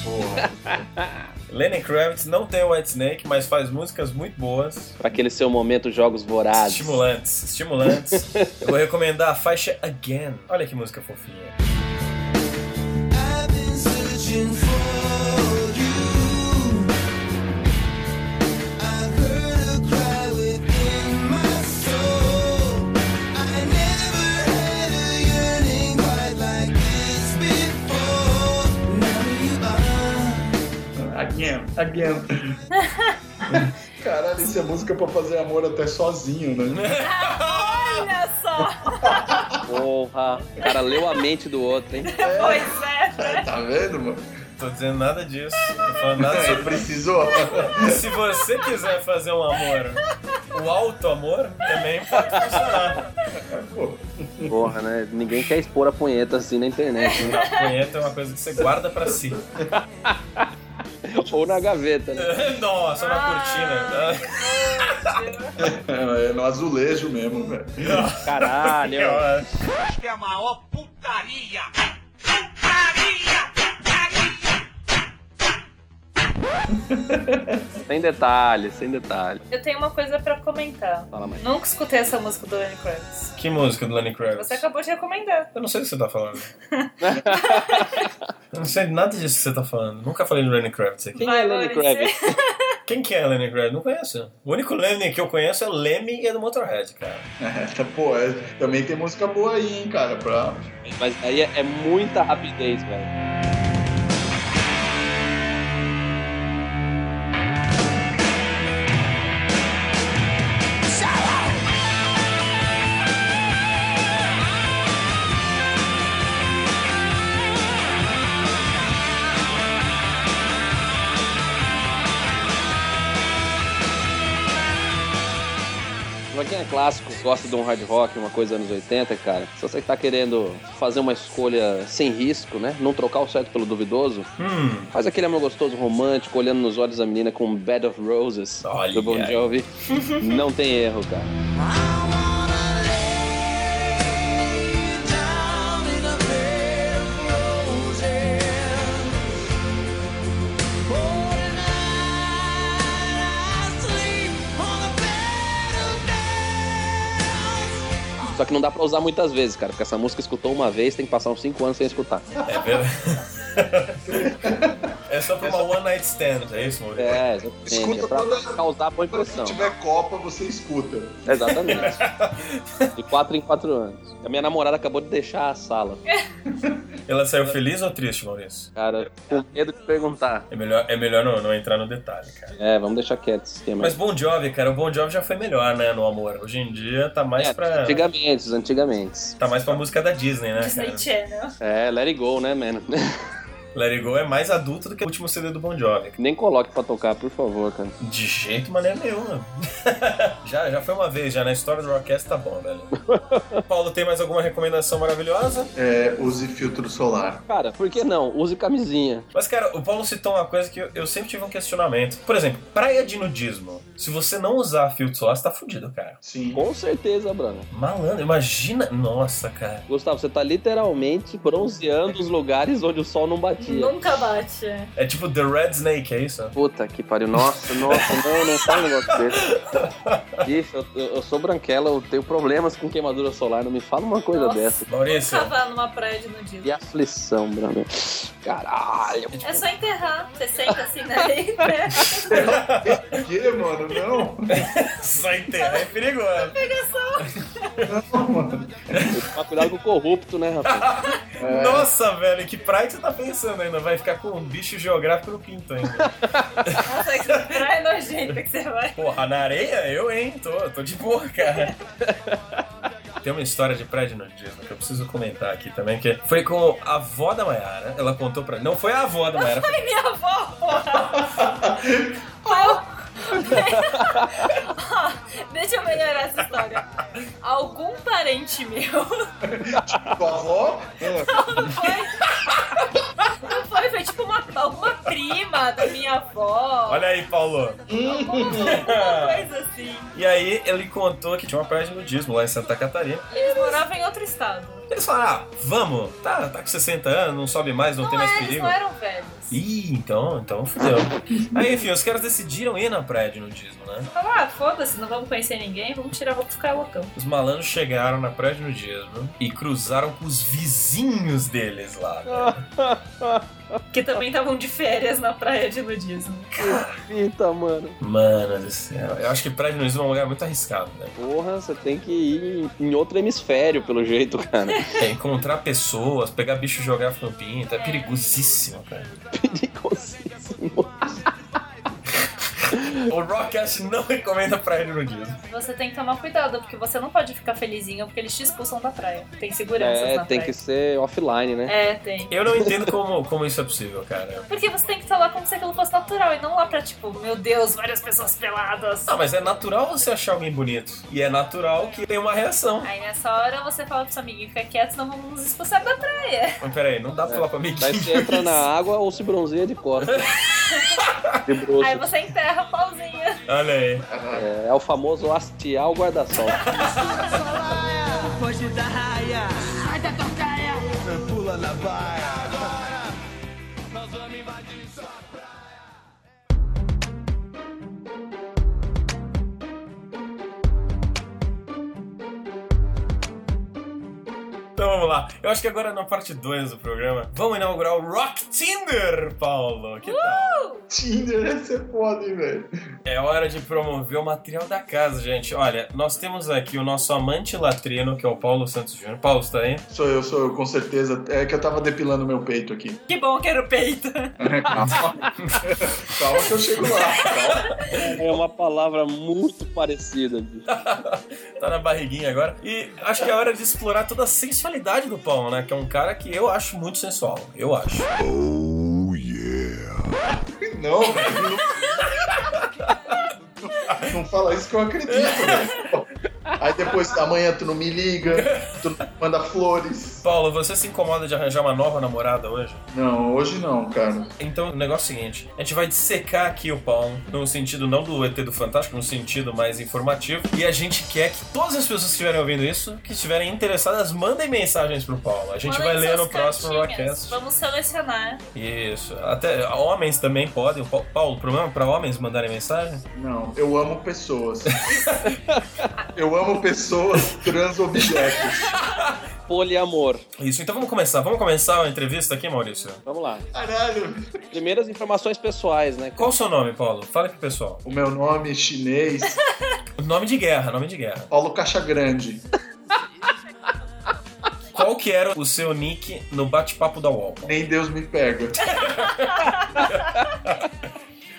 Speaker 1: Lenny Kravitz não tem White Snake, mas faz músicas muito boas,
Speaker 4: Pra aquele seu momento jogos vorazes.
Speaker 1: estimulantes, estimulantes. eu vou recomendar a faixa Again. Olha que música fofinha.
Speaker 7: Again, again. Caralho, isso é música pra fazer amor até sozinho, né?
Speaker 3: Olha só!
Speaker 4: Porra. O cara leu a mente do outro, hein?
Speaker 3: Pois é.
Speaker 7: Tá vendo, mano?
Speaker 1: Tô dizendo nada disso, tô falando nada
Speaker 7: Você
Speaker 1: sobre
Speaker 7: precisou.
Speaker 1: Se você quiser fazer um amor, o alto amor também pode funcionar.
Speaker 7: Pô,
Speaker 4: Porra, né? Ninguém quer expor a punheta assim na internet, né?
Speaker 1: A punheta é uma coisa que você guarda pra si.
Speaker 4: Ou na gaveta, né?
Speaker 1: Nossa, na cortina.
Speaker 7: É no azulejo mesmo, velho.
Speaker 4: Caralho.
Speaker 5: É a maior putaria.
Speaker 4: Sem detalhe, sem detalhe.
Speaker 3: Eu tenho uma coisa pra comentar.
Speaker 4: Fala, mãe.
Speaker 3: Nunca escutei essa música do Lenny Kravitz.
Speaker 1: Que música do Lenny Kravitz?
Speaker 3: Você é acabou de recomendar.
Speaker 1: Eu não sei do que você tá falando. Eu não sei nada disso que você tá falando. Nunca falei do Lenny Kravitz aqui.
Speaker 4: Quem
Speaker 3: Vai,
Speaker 4: é Lenny
Speaker 3: Maurício.
Speaker 4: Kravitz?
Speaker 1: Quem que é Lenny Kravitz? Não conheço. O único Lenny que eu conheço é Lemmy e é do Motorhead, cara.
Speaker 7: É, tá- pô, é- também tem música boa aí, hein, cara, pra...
Speaker 4: Mas aí é, é muita rapidez, velho. Pra quem é clássico, gosta de um hard rock, uma coisa anos 80, cara, se você tá querendo fazer uma escolha sem risco, né? Não trocar o certo pelo duvidoso,
Speaker 1: Hum,
Speaker 4: faz aquele amor gostoso romântico, olhando nos olhos da menina com um Bed of Roses
Speaker 1: Olha
Speaker 4: do Bon
Speaker 1: aí.
Speaker 4: Jovi. Não tem erro, cara. Só que não dá pra usar muitas vezes, cara, porque essa música escutou uma vez, tem que passar uns 5 anos sem escutar.
Speaker 1: é verdade. É só pra uma one night stand, é isso, Maurício?
Speaker 4: É, exatamente.
Speaker 7: Escuta
Speaker 4: é pra
Speaker 7: toda-
Speaker 4: causar boa
Speaker 7: Quando
Speaker 4: impressão.
Speaker 7: tiver Copa, você escuta.
Speaker 4: Exatamente. De 4 em 4 anos. A minha namorada acabou de deixar a sala.
Speaker 1: Ela saiu feliz ou triste, Maurício?
Speaker 4: Cara, com medo de perguntar.
Speaker 1: É melhor, é melhor não, não entrar no detalhe, cara.
Speaker 4: É, vamos deixar quieto esse esquema.
Speaker 1: Mas Bon Jovi, cara, o Bon Jovi já foi melhor, né, no amor. Hoje em dia tá mais
Speaker 4: É,
Speaker 1: pra...
Speaker 4: Antigamente, os antigamente.
Speaker 1: Tá mais pra música da Disney, né,
Speaker 3: Disney
Speaker 1: cara?
Speaker 3: Channel.
Speaker 4: É, let it go, né, mano?
Speaker 1: Let It Go é mais adulto do que o último CD do Bon Jovi.
Speaker 4: Nem coloque pra tocar, por favor, cara.
Speaker 1: De jeito maneira nenhuma. já, já foi uma vez, já na história do Rockcast tá bom, velho. Paulo, tem mais alguma recomendação maravilhosa?
Speaker 7: É, use filtro solar.
Speaker 4: Cara, por que não? Use camisinha.
Speaker 1: Mas, cara, o Paulo citou uma coisa que eu, eu sempre tive um questionamento. Por exemplo, praia de nudismo. Se você não usar filtro solar, você tá fudido, cara.
Speaker 7: Sim.
Speaker 4: Com certeza, Bruno.
Speaker 1: Malandro, imagina. Nossa, cara.
Speaker 4: Gustavo, você tá literalmente bronzeando os lugares onde o sol não batia.
Speaker 3: Nunca bate. é.
Speaker 1: É tipo The Red Snake, é isso?
Speaker 4: Puta que pariu. Nossa, nossa, não, não fala um negócio desse. Bicho, eu, eu- eu sou branquela, eu tenho problemas com queimadura solar, não me fala uma coisa
Speaker 3: Nossa.
Speaker 4: dessa.
Speaker 1: Maurício,
Speaker 3: Nunca vá numa praia de nudismo.
Speaker 4: Que aflição, Bruno. Caralho.
Speaker 3: É só enterrar. Você senta assim na areia.
Speaker 7: Por que, mano? Não.
Speaker 1: só enterrar é perigoso.
Speaker 7: Não, mano.
Speaker 4: Tem que tomar cuidado com tipo, o corrupto, né, rapaz?
Speaker 1: Nossa, velho, que praia que você tá pensando ainda? Vai ficar com um bicho geográfico no pinto ainda.
Speaker 3: Nossa, que é praia nojenta que você vai.
Speaker 1: Porra, na areia? Eu, hein? Tô, tô de boa, cara. Tem uma história de praia de nudismo que eu preciso comentar aqui também, que foi com a avó da Mayara. Ela contou pra. Não foi a avó da Mayara, foi-
Speaker 3: Minha avó, porra! Ó, Deixa eu melhorar essa história. Algum parente meu.
Speaker 7: Tua avó?
Speaker 3: Não foi. Não foi, foi tipo uma, alguma prima da minha avó.
Speaker 1: Olha aí, Paulo.
Speaker 3: Alguma, alguma coisa assim.
Speaker 1: E aí ele contou que tinha uma praia de nudismo lá em Santa Catarina.
Speaker 3: Eles moravam em outro estado.
Speaker 1: Eles falaram, ah, vamos, tá, tá com 60 anos, não sobe mais, não, tem
Speaker 3: Não
Speaker 1: mais
Speaker 3: é, eles
Speaker 1: perigo.
Speaker 3: não eram velhos.
Speaker 1: Ih, então, então fudeu. Aí, enfim, os caras decidiram ir na praia de nudismo, né?
Speaker 3: Falaram, ah, foda-se, não vamos conhecer ninguém, vamos tirar a roupa e ficar loucão.
Speaker 1: Os malandros chegaram na praia de nudismo e cruzaram com os vizinhos deles lá, né? velho.
Speaker 3: Que também estavam de férias na praia de nudismo.
Speaker 4: Eita, mano.
Speaker 1: Mano do céu. Eu acho que praia de nudismo é um lugar muito arriscado, né?
Speaker 4: Porra, você tem que ir em outro hemisfério, pelo jeito, cara.
Speaker 1: É encontrar pessoas, pegar bicho geográfico no pinto, é perigosíssimo, cara.
Speaker 4: Perigosíssimo.
Speaker 1: O Rockcast não recomenda praia de nudismo.
Speaker 3: Você tem que tomar cuidado, porque você não pode ficar felizinho, porque eles te expulsam da praia. Tem seguranças
Speaker 4: É,
Speaker 3: na
Speaker 4: tem que
Speaker 3: praia.
Speaker 4: ser offline, né?
Speaker 3: É, tem.
Speaker 1: Eu não entendo como, como isso é possível, cara.
Speaker 3: Porque você tem que estar lá como se aquilo fosse natural e não lá pra tipo, meu Deus, várias pessoas peladas.
Speaker 1: Ah, mas é natural você achar alguém bonito. E é natural que tem uma reação.
Speaker 3: Aí nessa hora você fala pro seu amiguinho, fica quieto, senão vamos nos expulsar da praia.
Speaker 1: Mas peraí, não dá pra falar pra mim
Speaker 4: É.
Speaker 1: é
Speaker 4: Daí você entra na água ou se bronzeia de costas. De bruxo.
Speaker 3: Aí você enterra a pauzinha.
Speaker 1: Olha aí.
Speaker 4: É, é o famoso hastear o guarda-sol.
Speaker 6: Foge da raia, sai da tocaia, pula na baia.
Speaker 1: Então vamos lá. Eu acho que agora na parte 2 do programa, vamos inaugurar o Rock Tinder, Paulo. Que tal?
Speaker 7: Tinder, essa é foda, hein, velho.
Speaker 1: É hora de promover o material da casa, gente. Olha, nós temos aqui o nosso amante latrino, que é o Paulo Santos Júnior. Paulo, você tá aí?
Speaker 7: Sou eu, sou eu, com certeza. É que eu tava depilando meu peito aqui.
Speaker 3: Que bom que era o peito.
Speaker 7: Calma que eu chego lá. Calma.
Speaker 4: É uma palavra muito parecida, bicho.
Speaker 1: Tá na barriguinha agora. E acho que é hora de explorar toda a sensualidade do Paulo, né? Que é um cara que eu acho muito sensual. Eu acho.
Speaker 7: Não, velho. Não, não fala isso que eu acredito, velho. Aí depois, amanhã tu não me liga, tu não me manda flores.
Speaker 1: Paulo, você se incomoda de arranjar uma nova namorada hoje?
Speaker 7: Não, hoje não, cara.
Speaker 1: Então, o negócio é o seguinte: a gente vai dissecar aqui o Paulo, no sentido não do ET do Fantástico, no sentido mais informativo. E a gente quer que todas as pessoas que estiverem ouvindo isso, que estiverem interessadas, mandem mensagens pro Paulo. A gente
Speaker 3: Mandem
Speaker 1: vai ler no
Speaker 3: suas
Speaker 1: próximo
Speaker 3: cartinhas.
Speaker 1: Rockcast.
Speaker 3: Vamos selecionar.
Speaker 1: Isso. Até homens também podem. O Pa- Paulo, problema pra homens mandarem mensagem?
Speaker 7: Não, eu amo pessoas. Eu amo pessoas trans objetos.
Speaker 4: Poliamor.
Speaker 1: Isso. Então vamos começar. Vamos começar a entrevista aqui, Maurício.
Speaker 4: Vamos lá.
Speaker 7: Caralho.
Speaker 4: Primeiras informações pessoais, né?
Speaker 1: Qual o seu nome, Paulo? Fala aí pro pessoal.
Speaker 7: O meu nome é chinês,
Speaker 1: Nome de guerra, nome de guerra.
Speaker 7: Paulo Caixa Grande.
Speaker 1: Qual que era o seu nick no bate-papo da UOL?
Speaker 7: Nem Deus me pega.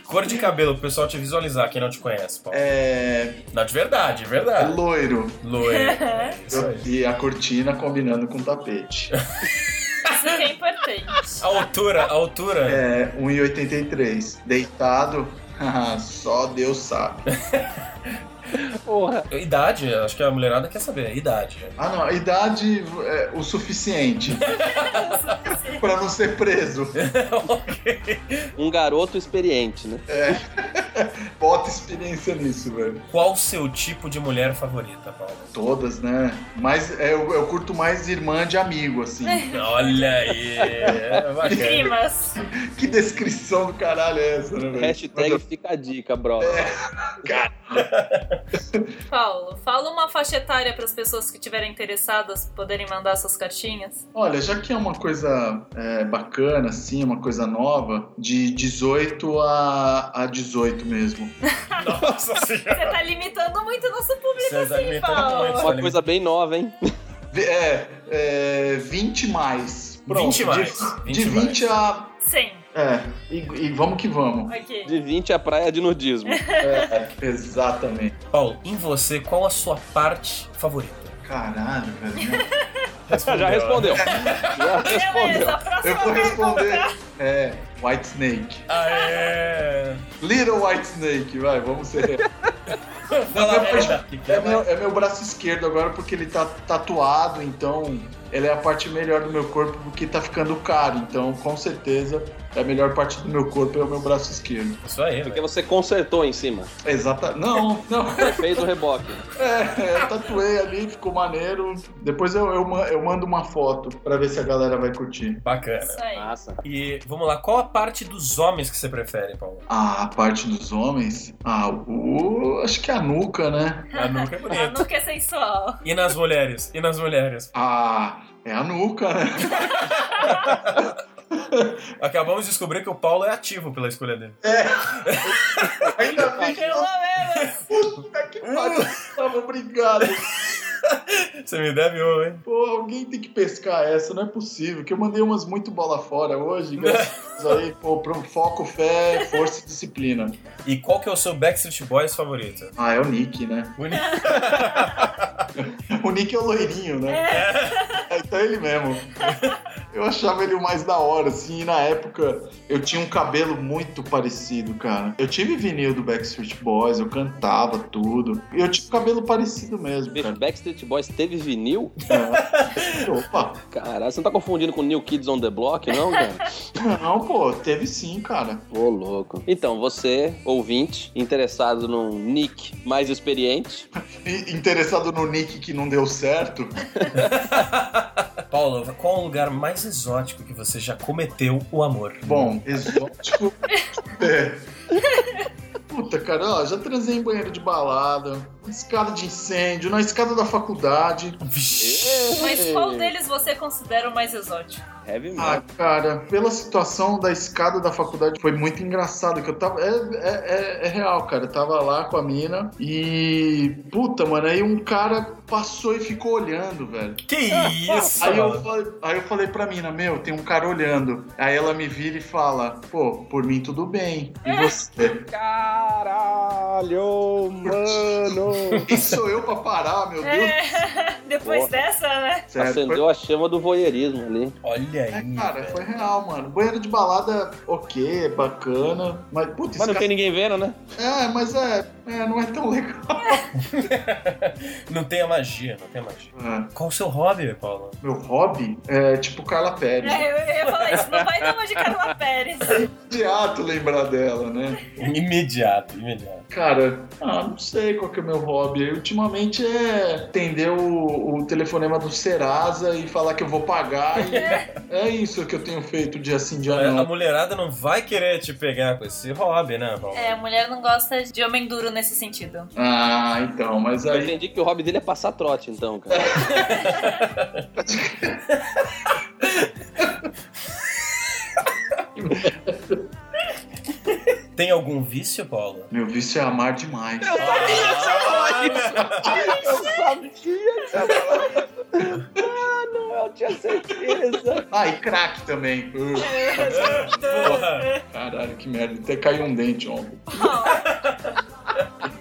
Speaker 1: Cor de cabelo, pro pessoal te visualizar, quem não te conhece, Paulo.
Speaker 7: É,
Speaker 1: Não, de verdade, de
Speaker 7: é
Speaker 1: verdade.
Speaker 7: loiro.
Speaker 1: Loiro. É isso aí.
Speaker 7: E a cortina combinando com o tapete.
Speaker 3: Isso que é importante.
Speaker 1: A altura, a altura.
Speaker 7: É, 1,83. Deitado, só Deus sabe.
Speaker 4: Porra.
Speaker 1: Idade, acho que a mulherada quer saber. Idade.
Speaker 7: Ah, não, idade é o suficiente pra não ser preso.
Speaker 4: Um garoto experiente, né?
Speaker 7: Bota experiência nisso, velho.
Speaker 1: Qual seu tipo de mulher favorita, Paulo?
Speaker 7: Todas, né? Mas é, eu, eu curto mais irmã de amigo, assim.
Speaker 1: É. Olha aí. é Bacana.
Speaker 3: Primas.
Speaker 7: que descrição do caralho é essa, né, velho?
Speaker 4: Hashtag fica a dica, bro.
Speaker 3: Paulo, fala uma faixa etária para as pessoas que estiverem interessadas poderem mandar suas cartinhas.
Speaker 7: Olha, já que é uma coisa é, bacana, assim, uma coisa nova, de 18 a, a 18 mesmo.
Speaker 1: Nossa senhora.
Speaker 3: Você tá limitando muito o nosso público
Speaker 1: Você tá
Speaker 3: assim,
Speaker 1: limitando muito.
Speaker 3: Paulo.
Speaker 1: Olha,
Speaker 4: Uma coisa bem nova, hein?
Speaker 7: V- É, é 20 mais. Pronto,
Speaker 1: 20 mais,
Speaker 7: De,
Speaker 1: 20
Speaker 7: de 20 a.
Speaker 3: Sim,
Speaker 7: É, e, e vamos que vamos.
Speaker 3: ok.
Speaker 4: De 20 à praia de nudismo.
Speaker 7: É, exatamente.
Speaker 1: Paulo, em você, qual a sua parte favorita?
Speaker 7: Caralho, velho. né?
Speaker 4: Já respondeu. Já respondeu.
Speaker 3: Beleza, a próxima
Speaker 7: Eu vou responder.
Speaker 3: pergunta.
Speaker 7: É, White Snake.
Speaker 1: Ah, é.
Speaker 7: Little White Snake, vai, vamos ser.
Speaker 1: Fala a
Speaker 7: eu acho-
Speaker 1: verdade.
Speaker 7: É meu, é meu braço esquerdo agora porque ele tá tatuado, então ele é a parte melhor do meu corpo porque tá ficando caro. Então, com certeza, é a melhor parte do meu corpo é o meu braço esquerdo.
Speaker 1: Isso aí,
Speaker 4: Porque
Speaker 1: velho.
Speaker 4: você consertou em cima.
Speaker 7: Exata. Não, não.
Speaker 4: Fez o reboque.
Speaker 7: É, eu tatuei ali, ficou maneiro. Depois eu, eu, ma- eu mando uma foto pra ver se a galera vai curtir.
Speaker 1: Bacana.
Speaker 3: Isso aí. Ah,
Speaker 4: Massa.
Speaker 1: E vamos lá, qual a parte dos homens que você prefere, Paulo?
Speaker 7: Ah, a parte dos homens? Ah, o, acho que a nuca, né?
Speaker 1: A nuca é
Speaker 3: Ah,
Speaker 1: bonita.
Speaker 3: Nunca é sensual.
Speaker 1: E nas mulheres? E nas mulheres?
Speaker 7: Ah, é a nuca, né?
Speaker 1: Acabamos de descobrir que o Paulo é ativo pela escolha dele.
Speaker 7: Ainda bem que
Speaker 3: Pelo
Speaker 7: eu
Speaker 3: menos.
Speaker 7: puta que pariu. Tava Ah, obrigado.
Speaker 1: Você me deve um, hein?
Speaker 7: Pô, alguém tem que pescar essa, não é possível. Que eu mandei umas muito bola fora hoje, graças a Deus aí, pô, pra um foco, fé, força e disciplina.
Speaker 1: E qual que é o seu Backstreet Boys favorito?
Speaker 7: Ah, é o Nick, né?
Speaker 1: Bonito.
Speaker 7: O Nick é o loirinho, né? É, então é ele mesmo. Eu achava ele o mais da hora, assim, e na época eu tinha um cabelo muito parecido, cara. Eu tive vinil do Backstreet Boys, eu cantava tudo. E eu tinha um cabelo parecido mesmo,
Speaker 4: Bicho,
Speaker 7: cara.
Speaker 4: Backstreet Boys teve vinil?
Speaker 7: Opa!
Speaker 4: Caralho, você não tá confundindo com New Kids on the Block, não, cara?
Speaker 7: Não, pô, teve sim, cara.
Speaker 4: Ô, louco. Então, você, ouvinte, interessado num Nick mais experiente,
Speaker 7: E interessado no Nick que não deu certo,
Speaker 1: Paulo, qual o lugar mais exótico que você já cometeu o amor?
Speaker 7: Bom, exótico. é. Puta, cara, ó, já transei em banheiro de balada, escada de incêndio, na escada da faculdade.
Speaker 1: Vixe.
Speaker 3: Mas qual deles você considera o mais exótico?
Speaker 4: heavy
Speaker 7: Ah,
Speaker 4: metal.
Speaker 7: cara, pela situação da escada da faculdade foi muito engraçado, que eu tava. É, é, é- é real, cara. Eu tava lá com a mina e. Puta, mano, aí um cara passou e ficou olhando, velho.
Speaker 1: Que isso?
Speaker 7: Aí eu,
Speaker 1: Paulo?
Speaker 7: falei, aí eu falei pra mina, meu, tem um cara olhando. Aí ela me vira e fala, pô, por mim tudo bem. E você?
Speaker 4: Caralho, mano!
Speaker 7: Quem sou eu pra parar, meu Deus?
Speaker 3: É, depois
Speaker 4: Porra.
Speaker 3: dessa, né?
Speaker 7: Sério, foi-
Speaker 4: Acendeu a chama do voyeurismo ali.
Speaker 1: Olha aí.
Speaker 7: É, cara,
Speaker 1: velho.
Speaker 7: foi real, mano. Banheiro de balada, ok, é bacana. Mas, putz,
Speaker 4: Mas não tem
Speaker 7: cara...
Speaker 4: ninguém vendo, né?
Speaker 7: É, mas é, é, não é tão legal.
Speaker 1: Não tem a magia, não tem a magia.
Speaker 7: É,
Speaker 1: Qual o seu hobby, Paulo?
Speaker 7: Meu hobby é tipo Carla Pérez.
Speaker 3: É, eu, eu ia falar isso. Não vai dar uma de Carla Pérez.
Speaker 7: Imediato lembrar dela, né?
Speaker 1: Imediato, imediato.
Speaker 7: Cara, ah, não sei qual que é o meu hobby. Ultimamente é atender o, o telefonema do Serasa e falar que eu vou pagar. e- é isso que eu tenho feito dia sim, dia
Speaker 1: A
Speaker 7: não.
Speaker 1: mulherada não vai querer te pegar com esse hobby, né, Paulo?
Speaker 3: É, mulher não gosta de homem duro nesse sentido.
Speaker 7: Ah, então, mas
Speaker 4: Eu
Speaker 7: aí
Speaker 4: entendi que o hobby dele é passar trote, então, cara.
Speaker 1: Tem algum vício, Paulo?
Speaker 7: Meu vício é amar demais. Tá
Speaker 4: Eu sabia, cara! Ah, não, eu tinha certeza!
Speaker 7: Ah, e crack também. Uh,
Speaker 1: Porra.
Speaker 7: caralho, que merda. Até caiu um dente ontem.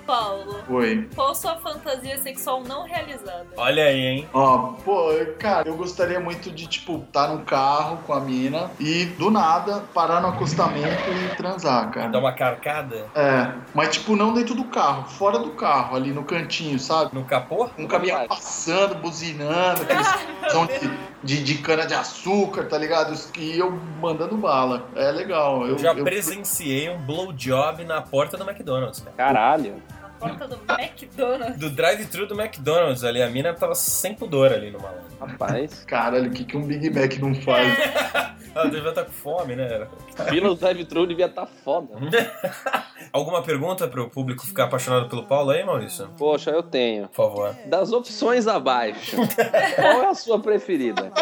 Speaker 3: Paulo, Paulo,
Speaker 7: Oi.
Speaker 3: Qual sua fantasia sexual não realizada?
Speaker 1: Olha aí, hein?
Speaker 7: Ó, pô, cara, eu gostaria muito de, tipo, estar num carro com a mina e, do nada, parar no acostamento e transar,
Speaker 1: Dá
Speaker 7: cara.
Speaker 1: uma carcada
Speaker 7: É, mas, tipo, não dentro do carro, fora do carro, ali no cantinho, sabe?
Speaker 1: no capô?
Speaker 7: Um caminhão passando, buzinando, aqueles som de, de, de cana-de-açúcar, tá ligado? E eu mandando bala. É legal. Eu,
Speaker 1: Eu já
Speaker 7: eu-
Speaker 1: presenciei um blowjob na porta do McDonald's, velho.
Speaker 4: Caralho.
Speaker 3: Na porta do McDonald's?
Speaker 1: Do drive-thru do McDonald's ali, a mina tava sem pudor ali no malandro.
Speaker 4: Rapaz.
Speaker 7: Caralho, o que, que um Big Mac não faz?
Speaker 1: Ela Ah, devia estar com fome, né? Era-
Speaker 4: Fila do drive-thru devia estar foda.
Speaker 1: Alguma pergunta pro público ficar apaixonado pelo Paulo aí, Maurício?
Speaker 4: Poxa, eu tenho.
Speaker 1: Por favor.
Speaker 4: Das opções abaixo, qual é a sua preferida?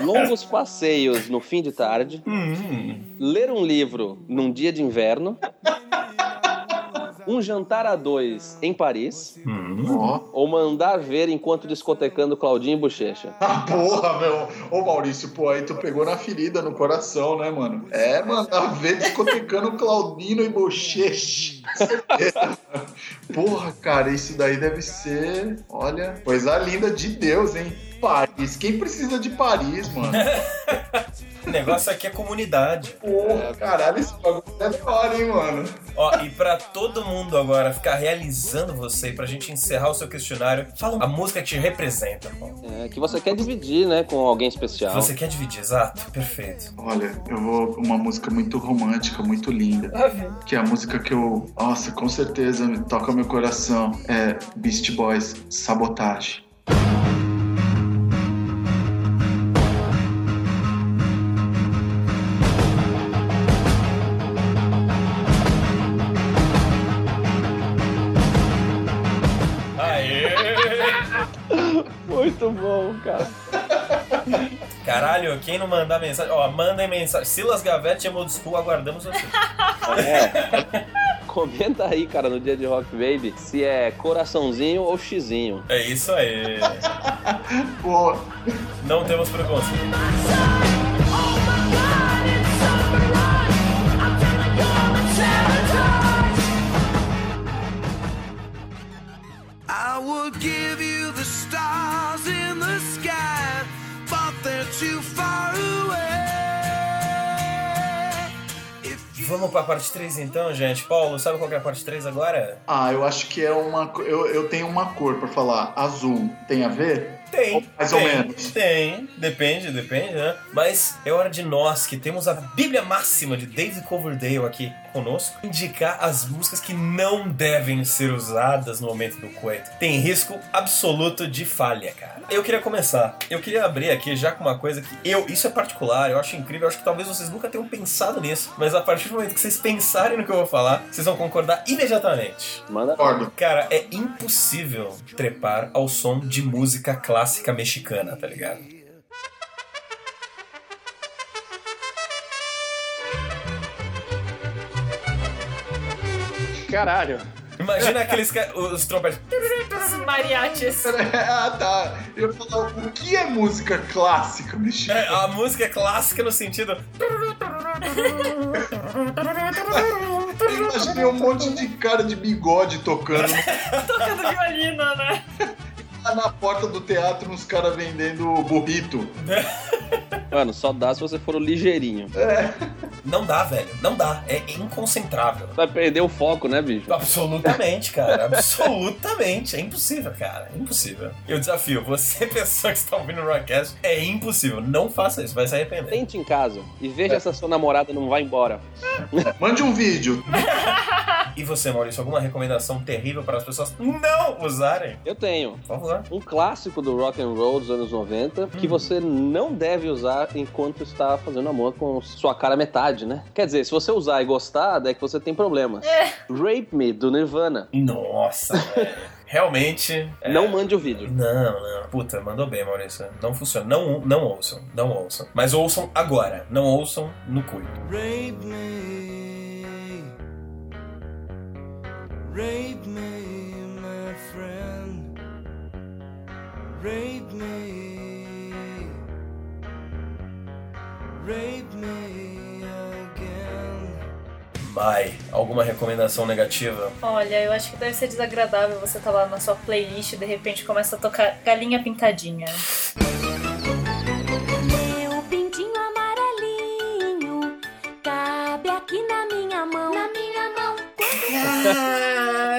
Speaker 4: Longos passeios no fim de tarde,
Speaker 1: Hum,
Speaker 4: ler um livro num dia de inverno, um jantar a dois em Paris,
Speaker 1: hum.
Speaker 7: Ó.
Speaker 4: ou mandar ver enquanto discotecando Claudinho e Bochecha.
Speaker 7: Ah, porra, meu. Ô, Maurício, pô, aí tu pegou na ferida, no coração, né, mano? É, mano, tá vendo discotecando Claudino e Bochecha. Certeza, mano. Porra, cara, isso daí deve ser. Olha, coisa linda de Deus, hein? Paris. Quem precisa de Paris, mano?
Speaker 1: O negócio aqui é comunidade.
Speaker 7: Porra, caralho, esse bagulho é da hora, hein, mano?
Speaker 1: Ó, e pra todo mundo agora ficar realizando você, e pra gente encerrar o seu questionário, fala um- a música que te representa, Paulo.
Speaker 4: É, que você quer dividir, né, com alguém especial.
Speaker 1: Você quer dividir, exato? Perfeito.
Speaker 7: Olha, eu vou. Uma música muito romântica, muito linda. Que é a música que eu. Nossa, com certeza me toca meu coração. É Beast Boys, Sabotage.
Speaker 1: Aê!
Speaker 4: Muito bom, cara.
Speaker 1: Caralho, quem não mandar mensagem, ó, mandem mensagem. Silas Gavete e Old School, aguardamos você.
Speaker 4: É. Comenta aí, cara, no dia de Rock Baby, se é coraçãozinho ou xizinho.
Speaker 1: É isso aí.
Speaker 7: Pô,
Speaker 1: Não temos preconceito.
Speaker 6: I would give you the stars in the sky, but they're too far away. If you
Speaker 1: Vamos pra parte 3 então, gente. Paulo, sabe qual que é a parte 3 agora?
Speaker 7: Ah, eu acho que é uma. co- Eu, eu tenho uma cor pra falar. Azul. Tem a ver?
Speaker 1: Tem.
Speaker 7: Mais ou
Speaker 1: tem,
Speaker 7: menos.
Speaker 1: Tem. Depende, depende, né? Mas é hora de nós, que temos a Bíblia Máxima de David Coverdale aqui conosco, indicar as músicas que não devem ser usadas no momento do coito. Tem risco absoluto de falha, cara. Eu queria começar. Eu queria abrir aqui já com uma coisa que eu. Isso é particular, eu acho incrível. Eu acho que talvez vocês nunca tenham pensado nisso. Mas a partir do momento que vocês pensarem no que eu vou falar, vocês vão concordar imediatamente.
Speaker 4: Manda
Speaker 7: Concordo.
Speaker 1: Cara, é impossível trepar ao som de música clássica mexicana, tá ligado?
Speaker 4: Caralho.
Speaker 1: Imagina aqueles ca- os trompetes.
Speaker 3: Os mariachis.
Speaker 7: ah, tá. Eu ia falar, o que é música clássica, bicho?
Speaker 1: É, A música é clássica no sentido.
Speaker 7: Eu imaginei um monte de cara de bigode tocando
Speaker 3: Tocando violino, né?
Speaker 7: lá na porta do teatro, uns caras vendendo burrito.
Speaker 4: Mano, só dá se você for o ligeirinho.
Speaker 1: Não dá, velho. Não dá. É inconcentrável.
Speaker 4: Vai perder o foco, né, bicho?
Speaker 1: Absolutamente, cara. Absolutamente. É impossível, cara. É impossível. Eu desafio, você, pessoa que está ouvindo o Rockcast, é impossível. Não faça isso, vai se arrepender.
Speaker 4: Tente em casa e veja se a sua namorada não vai embora.
Speaker 7: Mande um vídeo.
Speaker 1: E você, Maurício, alguma recomendação terrível para as pessoas não usarem?
Speaker 4: Eu tenho
Speaker 1: Por favor.
Speaker 4: um clássico do rock and roll dos anos 90 que você não deve usar enquanto está fazendo amor com sua cara metade, né? Quer dizer, se você usar e gostar, daí que você tem problemas. Rape Me, do Nirvana.
Speaker 1: Nossa, velho. Realmente. é,
Speaker 4: Não mande o vídeo.
Speaker 1: Não, não. Puta, mandou bem, Maurício. Não funciona. Não, não ouçam, não ouçam. Mas ouçam agora, não ouçam no cuido.
Speaker 6: rape me, rape me, my friend, rape me, rape me again.
Speaker 1: Mai, alguma recomendação negativa?
Speaker 3: Olha, eu acho que deve ser desagradável você tá lá na sua playlist e de repente começa a tocar galinha pintadinha.
Speaker 8: Meu pintinho amarelinho cabe aqui na minha mão. Na minha mão.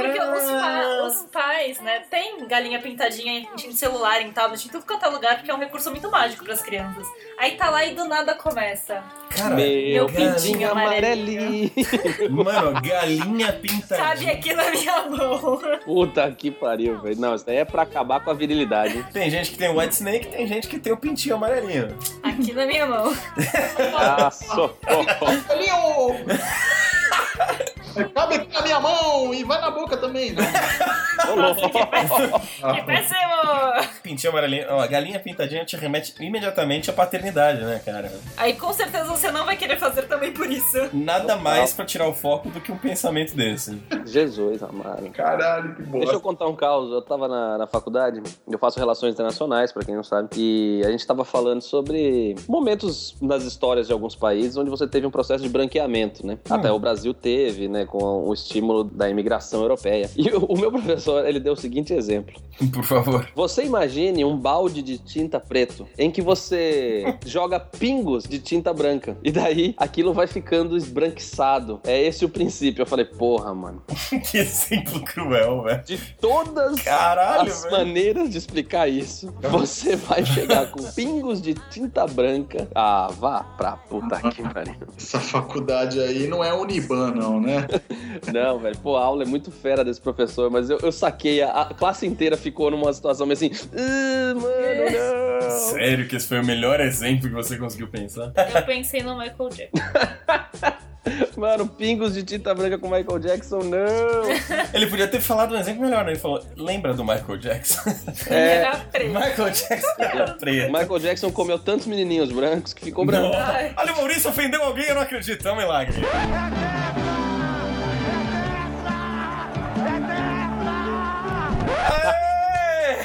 Speaker 3: Porque os, pa- os pais, né, tem galinha pintadinha em celular, em tablet, em tudo quanto é lugar, porque é um recurso muito mágico pras crianças. Aí tá lá e do nada começa.
Speaker 1: Cara,
Speaker 4: Meu
Speaker 1: cara,
Speaker 4: pintinho amarelinho.
Speaker 1: mano, galinha pintadinha.
Speaker 3: Sabe aqui na minha mão.
Speaker 4: Puta que pariu, velho. Não, isso daí é pra acabar com a virilidade. hein?
Speaker 1: Tem gente que tem o White Snake, tem gente que tem o pintinho amarelinho.
Speaker 3: Aqui na minha mão.
Speaker 4: Ah, socorro.
Speaker 7: um- Cabe aqui na minha mão e vai na boca também, né?
Speaker 4: Ô, louco.
Speaker 3: Que
Speaker 7: Ah,
Speaker 3: péssimo!
Speaker 1: Pintinho amarelinho, ó, galinha pintadinha te remete imediatamente à paternidade, né, cara?
Speaker 3: Aí com certeza você não vai querer fazer também por isso.
Speaker 1: Nada mais pra tirar o foco do que um pensamento desse.
Speaker 4: Jesus, amado.
Speaker 7: Caralho, que bosta.
Speaker 4: Deixa eu contar um caos. Eu tava na, na faculdade, eu faço relações internacionais, pra quem não sabe, e a gente tava falando sobre momentos nas histórias de alguns países onde você teve um processo de branqueamento, né? Até o Brasil teve, né, com o estímulo da imigração europeia. E o, o meu professor, ele deu o seguinte exemplo.
Speaker 1: Por favor.
Speaker 4: Você imagine um balde de tinta preto em que você joga pingos de tinta branca. E daí aquilo vai ficando esbranquiçado. É esse o princípio. Eu falei, porra, mano.
Speaker 1: Que exemplo cruel, velho.
Speaker 4: De todas
Speaker 1: Caralho,
Speaker 4: as
Speaker 1: velho.
Speaker 4: maneiras de explicar isso, você vai chegar com pingos de tinta branca. Ah, vá pra puta
Speaker 1: Ah,
Speaker 4: que pariu.
Speaker 7: Essa faculdade aí não é Uniban, não, né?
Speaker 4: Não, velho. Pô, a aula é muito fera desse professor, mas eu, eu saquei. A, a classe inteira ficou numa situação meio assim. "Ih, mano, não.
Speaker 1: Sério que esse foi o melhor exemplo que você conseguiu pensar?
Speaker 3: Eu pensei no Michael Jackson.
Speaker 4: Mano, pingos de tinta branca com Michael Jackson, não!
Speaker 1: Ele podia ter falado um exemplo melhor, né? Ele falou, lembra do Michael Jackson?
Speaker 3: Ele
Speaker 4: É,
Speaker 3: era preto.
Speaker 1: Michael Jackson era preto.
Speaker 4: Michael Jackson comeu tantos menininhos brancos que ficou branco.
Speaker 1: Não. Olha, o Maurício ofendeu alguém, eu não acredito. É um milagre. Aê!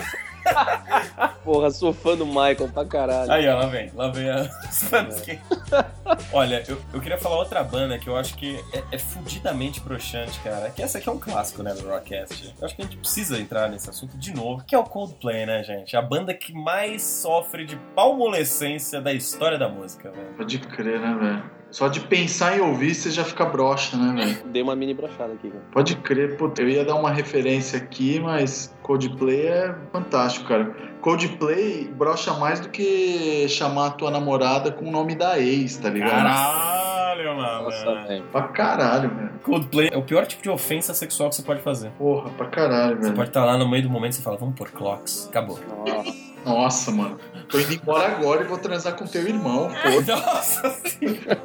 Speaker 4: Porra, sou fã do Michael pra caralho.
Speaker 1: Aí, ó, lá vem, lá vem a. Olha, eu, eu queria falar outra banda que eu acho que é, é fudidamente broxante, cara. Que essa aqui é um clássico, né, do Rockcast. Eu acho que a gente precisa entrar nesse assunto de novo, que é o Coldplay, né, gente? A banda que mais sofre de palmolescência da história da música, velho.
Speaker 7: Pode crer, né, velho? Só de pensar em ouvir, você já fica broxa, né, velho?
Speaker 4: Dei uma mini brochada aqui, cara.
Speaker 7: Pode crer, puta, eu ia dar uma referência aqui, mas Coldplay é fantástico, cara. Coldplay brocha mais do que chamar a tua namorada com o nome da ex, tá ligado?
Speaker 1: Caralho, Ah, mano.
Speaker 4: Nossa, velho.
Speaker 7: Pra caralho, velho.
Speaker 1: Coldplay é o pior tipo de ofensa sexual que você pode fazer.
Speaker 7: Porra, pra caralho,
Speaker 1: Você
Speaker 7: velho.
Speaker 1: pode estar lá no meio do momento e você fala, vamos por clocks. Acabou.
Speaker 4: Nossa.
Speaker 7: Nossa, mano. Tô indo embora agora e vou transar com teu irmão.
Speaker 1: Nossa senhora.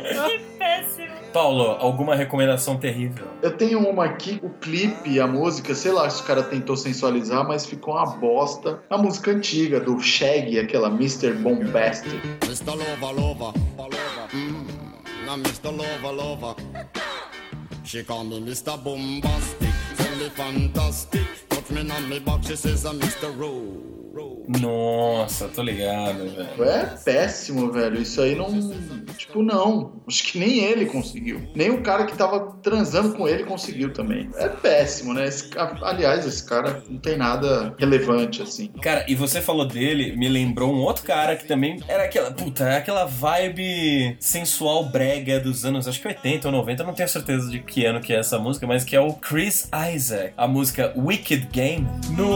Speaker 3: Que péssimo.
Speaker 1: Paulo, alguma recomendação terrível?
Speaker 7: Eu tenho uma aqui, o clipe, a música, sei lá se o cara tentou sensualizar, mas ficou uma bosta. A música antiga do Shaggy, aquela Mr. Bombastic.
Speaker 9: Mr. Lova Lova. Mm. Now Mr. Lova Lova. She call me Mr. Bombastic. Tell me fantastic. Touch me on me box. She says I'm Mr. Rowe. Rowe.
Speaker 1: Nossa, tô ligado, velho.
Speaker 7: É péssimo, velho. Isso aí não. Tipo, não. Acho que nem ele conseguiu. Nem o cara que tava transando com ele conseguiu também. É péssimo, né? Esse ca- aliás, esse cara não tem nada relevante, assim.
Speaker 1: Cara, e você falou dele, me lembrou um outro cara que também era aquela, puta, era aquela vibe sensual brega dos anos, acho que 80 ou 90, eu não tenho certeza de que ano que é essa música, mas que é o Chris Isaac, a música Wicked Game. No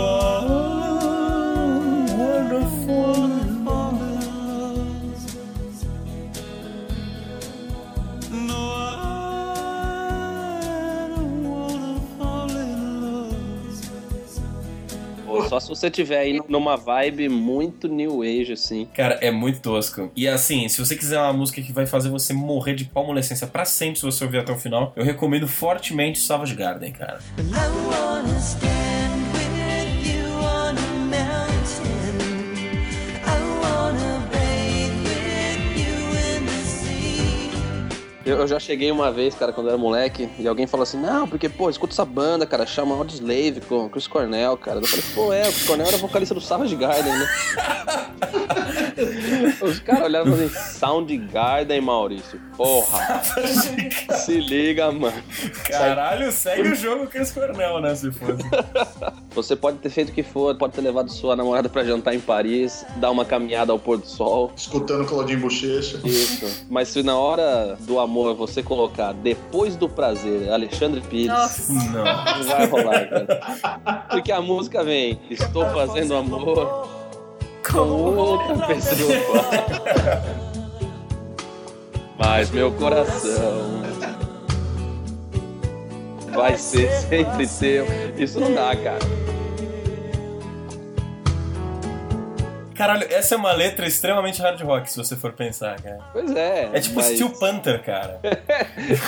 Speaker 1: Wonderful Moments. No I don't wanna fall in love.
Speaker 4: Pô, só se você tiver aí numa vibe muito new age, assim.
Speaker 1: Cara, é muito tosco. E assim, se você quiser uma música que vai fazer você morrer de palmolescência pra sempre, se você ouvir até o final, eu recomendo fortemente Savage Garden, cara.
Speaker 4: Eu, eu já cheguei uma vez, cara, quando eu era moleque, e alguém falou assim, não, porque, pô, escuta essa banda, cara, chama Rod Slave com Chris Cornell, cara. Eu falei, pô, é, o Chris Cornell era vocalista do Savage Garden, né? Os caras olhavam assim, Soundgarden, Maurício. Porra, se liga, mano.
Speaker 1: Caralho, segue o jogo Cris Cornell, né? Se fosse.
Speaker 4: Você pode ter feito o que for, pode ter levado sua namorada pra jantar em Paris, dar uma caminhada ao pôr do sol.
Speaker 7: Escutando Claudinho Bochecha.
Speaker 4: Isso. Mas se na hora do amor você colocar depois do prazer Alexandre Pires,
Speaker 3: Nossa.
Speaker 1: Não.
Speaker 4: não vai rolar, cara. Porque a música vem, estou fazendo amor com outra pessoa. Mas meu coração vai ser sempre teu. Isso não dá, cara.
Speaker 1: Caralho, essa é uma letra extremamente hard rock, se você for pensar, cara.
Speaker 4: Pois é.
Speaker 1: É tipo
Speaker 4: mas...
Speaker 1: Steel Panther, cara.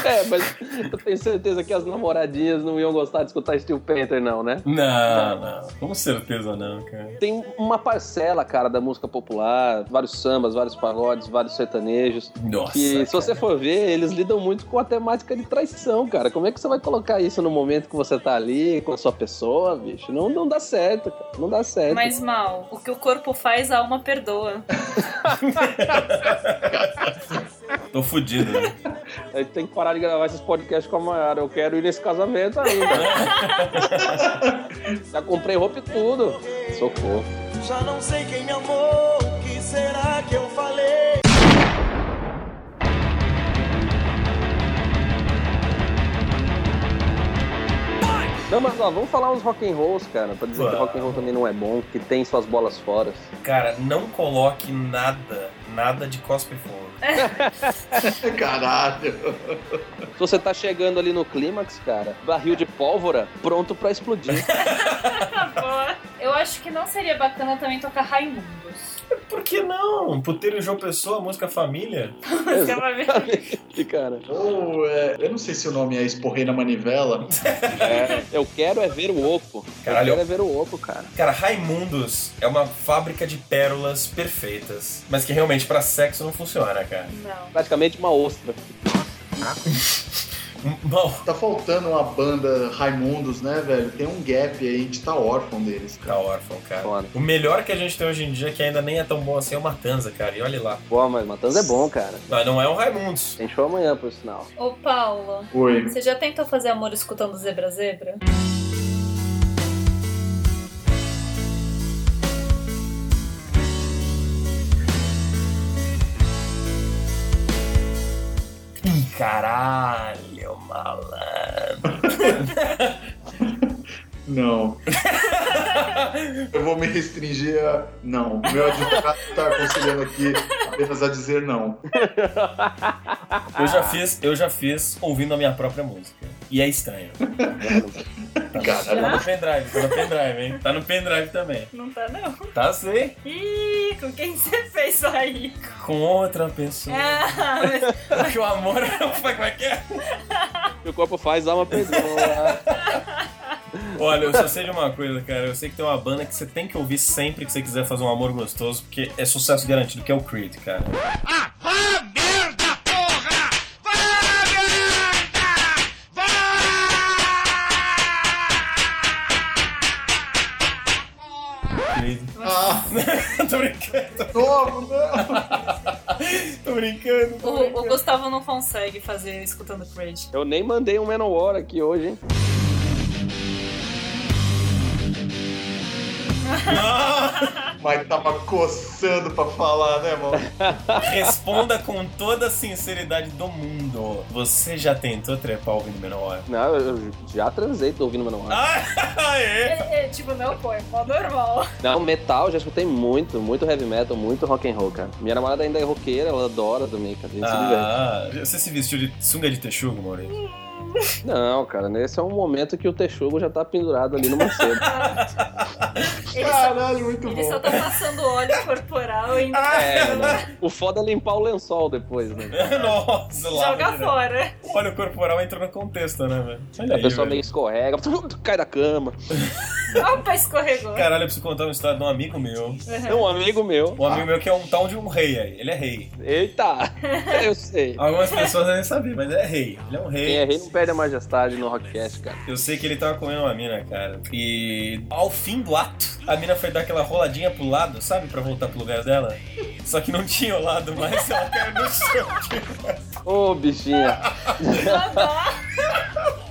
Speaker 4: É, mas eu tenho certeza que as namoradinhas não iam gostar de escutar Steel Panther, não, né?
Speaker 1: Não, não. Com certeza não, cara.
Speaker 4: Tem uma parcela, cara, da música popular, vários sambas, vários pagodes, vários sertanejos.
Speaker 1: Nossa.
Speaker 4: Que se você for ver, eles lidam muito com a temática de traição, cara. Como é que você vai colocar isso no momento que você tá ali com a sua pessoa, bicho? Não, não dá certo, cara. Não dá certo.
Speaker 3: Mas mal, o que o corpo faz, a alma perdoa.
Speaker 1: Tô fudido, né?
Speaker 4: A gente tem que parar de gravar esses podcasts com a Mayara. Eu quero ir nesse casamento ainda. né? Já comprei roupa e tudo. Socorro.
Speaker 5: Já não sei quem me amou, o que será que eu falei?
Speaker 4: Não, mas ó, vamos falar uns rock and rolls, cara, pra dizer que
Speaker 1: Vamos.
Speaker 4: rock and roll também não é bom, que tem suas bolas fora.
Speaker 1: Cara, não coloque nada, nada de cospe fogo.
Speaker 7: É Caralho.
Speaker 4: Se você tá chegando ali no clímax, cara, barril de pólvora pronto pra explodir.
Speaker 3: Boa. Eu acho que não seria bacana também tocar Raimundos.
Speaker 1: Por que não? Puteiro João Pessoa, música família.
Speaker 3: Você vai ver.
Speaker 4: Exatamente, cara.
Speaker 7: Ou é, eu não sei se o nome é Esporrei na Manivela.
Speaker 4: É, eu quero é ver o opo.
Speaker 1: Caralho.
Speaker 4: Eu quero é ver o opo, cara.
Speaker 1: Cara, Raimundos é uma fábrica de pérolas perfeitas, mas que realmente pra sexo não funciona, cara.
Speaker 3: Não.
Speaker 4: Praticamente uma ostra.
Speaker 1: Bom,
Speaker 7: Tá faltando uma banda Raimundos, né, velho? Tem um gap aí, a gente tá órfão deles, cara.
Speaker 1: tá órfão, cara.
Speaker 4: Foda.
Speaker 1: O melhor que a gente tem hoje em dia, que ainda nem é tão bom assim, é o Matanza, cara. E olha lá.
Speaker 4: Pô, mas Matanza é bom, cara.
Speaker 1: Mas não é o Raimundos.
Speaker 4: Tem show amanhã, por sinal.
Speaker 3: Ô, Paulo,
Speaker 7: Oi.
Speaker 3: você já tentou fazer amor escutando Zebra Zebra?
Speaker 1: Ih, caralho, malandro.
Speaker 7: Não. eu vou me restringir a. Não. Meu advogado tá aconselhando aqui apenas a dizer não.
Speaker 1: Eu já fiz, eu já fiz ouvindo a minha própria música. E é estranho. Tá
Speaker 7: Caralho.
Speaker 1: no pendrive, tá no pendrive, hein? Tá no pendrive também.
Speaker 3: Não tá, não.
Speaker 1: Tá sim.
Speaker 3: Ih, com quem você fez isso aí?
Speaker 1: Com outra pessoa.
Speaker 3: Ah, mas
Speaker 1: Porque o amor é um- como é que é?
Speaker 4: Meu corpo faz alma perdoa.
Speaker 1: Olha, eu só sei de uma coisa, cara. Eu sei que tem uma banda que você tem que ouvir sempre que você quiser fazer um amor gostoso, porque é sucesso garantido, que é o Creed, cara.
Speaker 5: Ah, vá merda, porra! Vá merda! Vá!
Speaker 1: Creed.
Speaker 7: Ah,
Speaker 1: tô brincando,
Speaker 7: novo, não!
Speaker 1: tô brincando.
Speaker 3: o, o Gustavo não consegue fazer escutando Creed.
Speaker 4: Eu nem mandei um Manowar aqui hoje, hein?
Speaker 7: Mas tava coçando pra falar, né, mano?
Speaker 1: Responda com toda a sinceridade do mundo. Você já tentou trepar ouvindo Menor?
Speaker 4: Não, eu já transei, tô ouvindo Manowar.
Speaker 1: Ah, é?
Speaker 3: É, é, tipo, não, pô, é mó normal.
Speaker 4: Não, metal já escutei muito, muito heavy metal, muito rock and roll, cara. Minha namorada ainda é roqueira, ela adora também, cara. A gente se diverte.
Speaker 1: Ah, você se vestiu de sunga de texugo,
Speaker 3: Hum.
Speaker 1: Maurício?
Speaker 4: Não, cara, nesse é um momento que o texugo já tá pendurado ali no macedo.
Speaker 3: Ele só,
Speaker 7: Caralho, muito
Speaker 3: ele
Speaker 7: bom.
Speaker 3: só tá passando óleo corporal e
Speaker 4: é, né? O foda é limpar o lençol depois, né?
Speaker 1: Nossa, lá.
Speaker 3: joga fora.
Speaker 1: Olha, o corporal entrou no contexto, né, velho? Olha
Speaker 4: A
Speaker 1: aí,
Speaker 4: pessoa
Speaker 1: velho.
Speaker 4: meio escorrega, cai da cama.
Speaker 3: Opa, escorregou.
Speaker 1: Caralho, eu preciso contar uma história de um amigo meu.
Speaker 4: É um amigo meu.
Speaker 1: Um amigo meu que é um tal de um rei aí. Ele é rei.
Speaker 4: Eita! Eu sei.
Speaker 1: Algumas pessoas devem saber, mas ele é rei. Ele é um rei.
Speaker 4: Quem é rei não perde a majestade no Rockcast, cara.
Speaker 1: Eu sei que ele tava comendo uma mina, cara. E ao fim do ato, a mina foi dar aquela roladinha pro lado, sabe? Pra voltar pro lugar dela. Só que não tinha o lado mais, ela caiu no chão.
Speaker 4: Ô, bichinha.
Speaker 3: Dodó.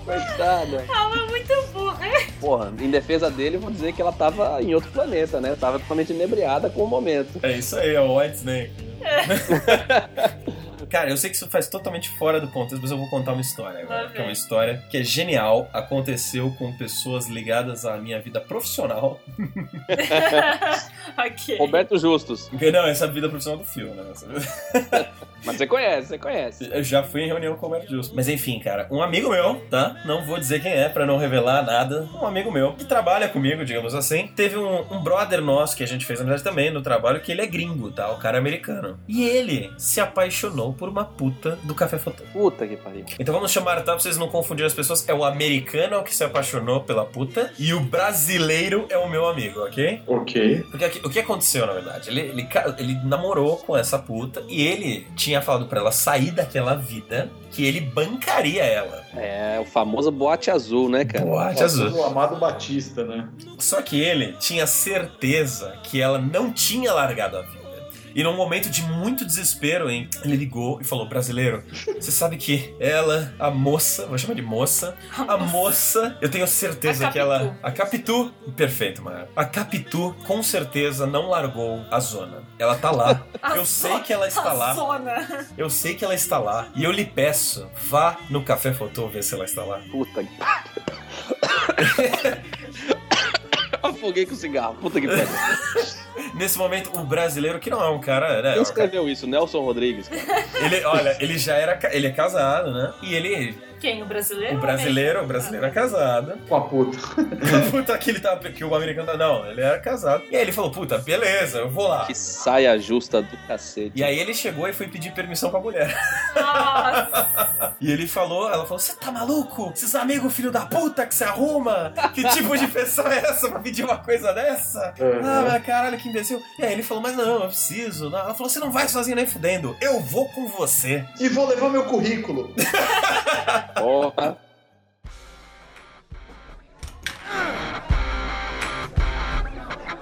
Speaker 4: Coitada.
Speaker 3: Ela é muito burra.
Speaker 4: Porra, em defesa dele, vou dizer que ela tava em outro planeta, né? Tava totalmente inebriada com o momento.
Speaker 1: É isso aí, é o White Snake. Cara, eu sei que isso faz totalmente fora do contexto, mas eu vou contar uma história agora.
Speaker 3: Lá
Speaker 1: Que é uma
Speaker 3: vem.
Speaker 1: história que é genial, aconteceu com pessoas ligadas à minha vida profissional.
Speaker 3: ok.
Speaker 4: Roberto Justus.
Speaker 1: Porque, Não, essa é vida profissional do filme, né? Essa-
Speaker 4: Mas você conhece, você conhece.
Speaker 1: Eu já fui em reunião com o Roberto Justo. Mas enfim, cara, um amigo meu, tá? Não vou dizer quem é pra não revelar nada. Um amigo meu que trabalha comigo, digamos assim. Teve um, um brother nosso que a gente fez, na verdade, também no trabalho, que ele é gringo, tá? O cara é americano. E ele se apaixonou por uma puta do café fotão.
Speaker 4: Puta que pariu.
Speaker 1: Então vamos chamar, tá? Pra vocês não confundirem as pessoas. É o americano que se apaixonou pela puta e o brasileiro é o meu amigo, ok?
Speaker 7: Ok.
Speaker 1: Porque aqui- o que aconteceu, na verdade? Ele, ele, ca- ele namorou com essa puta e ele tinha falado pra ela sair daquela vida que ele bancaria ela.
Speaker 4: É, o famoso boate azul, né, cara?
Speaker 1: Boate azul.
Speaker 7: O Amado Batista, né?
Speaker 1: Só que ele tinha certeza que ela não tinha largado a vida. E num momento de muito desespero, hein, ele ligou e falou: Brasileiro, você sabe que ela, a moça, vou chamar de moça, a moça, eu tenho certeza
Speaker 3: A
Speaker 1: que
Speaker 3: Capitu.
Speaker 1: ela. A Capitu. Perfeito, mano. A Capitu com certeza não largou a zona. Ela tá lá.
Speaker 3: A
Speaker 1: Eu sei
Speaker 3: zona-
Speaker 1: que ela está lá.
Speaker 3: Tá Zona.
Speaker 1: Eu sei que ela está lá. E eu lhe peço, vá no Café Fotô ver se ela está lá.
Speaker 4: Puta que pariu. Afoguei com o cigarro. Puta que pariu.
Speaker 1: Nesse momento, o brasileiro, que não é um cara. Né,
Speaker 4: Quem
Speaker 1: é um cara-
Speaker 4: escreveu isso? Nelson Rodrigues. cara.
Speaker 1: ele, olha, ele já era. ca- Ele é casado, né? E ele.
Speaker 3: Quem? O brasileiro?
Speaker 1: O
Speaker 3: ou
Speaker 1: brasileiro, o brasileiro é casado.
Speaker 7: Com a puta.
Speaker 1: Puta, que ele tava. Que o americano tá. Não, ele era casado. E aí ele falou: puta, beleza, eu vou lá.
Speaker 4: Que saia justa do cacete.
Speaker 1: E aí ele chegou e foi pedir permissão pra mulher.
Speaker 3: americano? Nossa.
Speaker 1: E ele falou, ela falou, você tá maluco? Esses amigos, filho da puta, que se arruma? Que tipo de pessoa é essa pra pedir uma coisa dessa?
Speaker 7: Uhum.
Speaker 1: Ah, mas caralho, que imbecil. E aí ele falou, mas não, eu preciso. Não, Ela falou, você não vai sozinho nem fudendo. Eu vou com você.
Speaker 7: E vou levar meu currículo.
Speaker 4: Porra.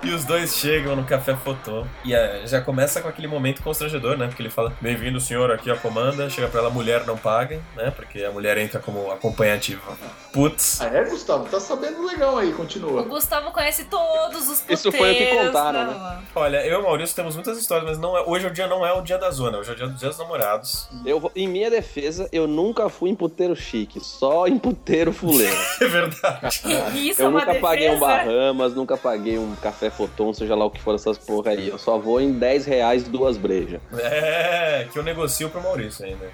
Speaker 1: E os dois chegam no Café Fotô. E é, já começa com aquele momento constrangedor, né? Porque ele fala, bem-vindo, senhor, aqui a comanda. Chega pra ela, mulher não paga, né? Porque a mulher entra como acompanhativa. Putz.
Speaker 7: Ah, é, Gustavo? Tá sabendo legal aí,
Speaker 3: O
Speaker 7: continua.
Speaker 3: Gustavo conhece todos os puteiros.
Speaker 4: Isso foi o que contaram,
Speaker 3: né?
Speaker 1: Olha, eu e o Maurício temos muitas histórias, mas não é, hoje o dia não é o dia da zona. Hoje é o dia dos dias namorados.
Speaker 4: Eu, vou- em minha defesa, eu nunca fui em puteiro chique, só em puteiro fuleiro.
Speaker 1: É verdade.
Speaker 3: E isso é
Speaker 4: eu
Speaker 3: uma
Speaker 4: nunca
Speaker 3: defesa.
Speaker 4: paguei um Bahamas, nunca paguei um café fotom, seja lá o que for essas porra aí. Eu só vou em 10 reais duas brejas.
Speaker 1: É, que eu negocio pro Maurício ainda.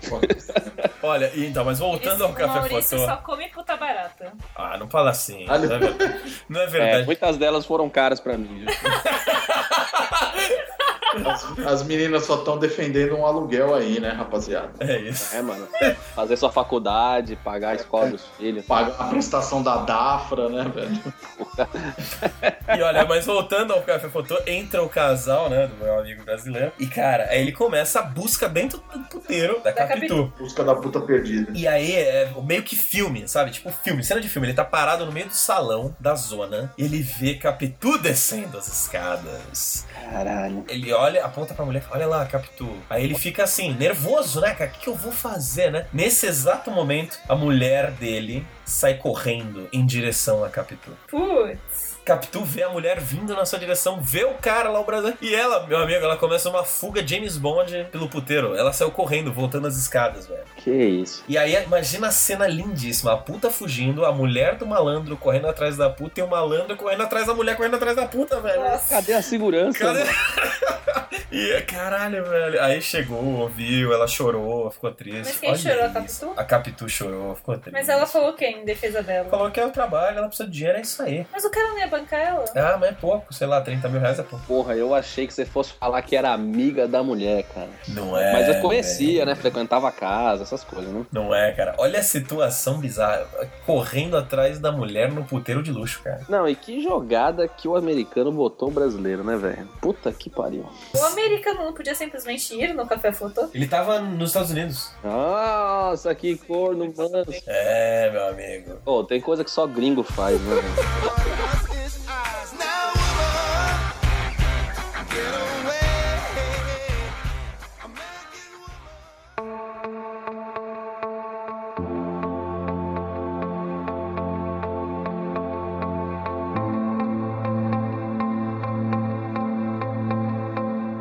Speaker 1: Olha, e então, mas voltando ao
Speaker 3: Esse
Speaker 1: café
Speaker 3: Maurício
Speaker 1: fotô.
Speaker 3: só come puta barata.
Speaker 1: Ah, não fala assim.
Speaker 7: Olha.
Speaker 1: Não é verdade. Não é
Speaker 4: É,
Speaker 1: verdade.
Speaker 4: muitas delas foram caras pra mim. viu?
Speaker 7: As, as meninas só estão defendendo um aluguel aí, né, rapaziada?
Speaker 1: É, isso.
Speaker 4: É, mano. Fazer sua faculdade, pagar a escola dos filhos.
Speaker 7: Pagar a prestação da Dafra, né, velho?
Speaker 1: E olha, mas voltando ao café fotô, entra o casal, né, do meu amigo brasileiro. E cara, aí ele começa a busca dentro do puteiro da,
Speaker 3: Da
Speaker 1: Capitu.
Speaker 7: Busca da puta perdida.
Speaker 1: E aí é meio que filme, sabe? Tipo filme, cena de filme. Ele tá parado no meio do salão da zona. E ele vê Capitu descendo as escadas.
Speaker 4: Caralho.
Speaker 1: Ele olha, aponta pra mulher, olha lá, Capitu. Aí ele fica assim, nervoso, né, cara? O que, que eu vou fazer, né? Nesse exato momento, a mulher dele sai correndo em direção a Capitu.
Speaker 3: Putz.
Speaker 1: Capitu vê a mulher vindo na sua direção, vê o cara lá, o brasileiro. E ela, meu amigo, ela começa uma fuga James Bond pelo puteiro. Ela saiu correndo, voltando as escadas, velho.
Speaker 4: Que isso.
Speaker 1: E aí, imagina a cena lindíssima: a puta fugindo, a mulher do malandro correndo atrás da puta e o malandro correndo atrás da mulher, correndo atrás da puta, velho.
Speaker 3: Nossa.
Speaker 4: Cadê a segurança?
Speaker 1: Cadê?
Speaker 4: mano?
Speaker 1: E caralho, velho. Aí chegou, ouviu, ela chorou, ficou triste.
Speaker 3: Mas quem
Speaker 1: Olha
Speaker 3: chorou? A
Speaker 1: isso.
Speaker 3: Capitu?
Speaker 1: A Capitu chorou, ficou triste.
Speaker 3: Mas ela falou quem em defesa dela?
Speaker 1: Falou que é o trabalho, ela precisa de dinheiro, é isso aí.
Speaker 3: Mas o cara não ia bancar ela?
Speaker 1: Ah, mas é pouco, sei lá, 30 mil reais é pouco.
Speaker 4: Porra, eu achei que você fosse falar que era amiga da mulher, cara.
Speaker 1: Não é.
Speaker 4: Mas eu
Speaker 1: velho.
Speaker 4: conhecia, né? Frequentava a casa, essas coisas, né?
Speaker 1: Não é, cara. Olha a situação bizarra. Correndo atrás da mulher no puteiro de luxo, cara.
Speaker 4: Não, e que jogada que o americano botou o brasileiro, né, velho? Puta que pariu.
Speaker 3: O americano não podia simplesmente ir no café fotô?
Speaker 1: Ele tava nos Estados Unidos.
Speaker 4: Nossa, que corno, mano.
Speaker 1: É, meu amigo.
Speaker 4: Pô, tem coisa que só gringo faz, né? velho?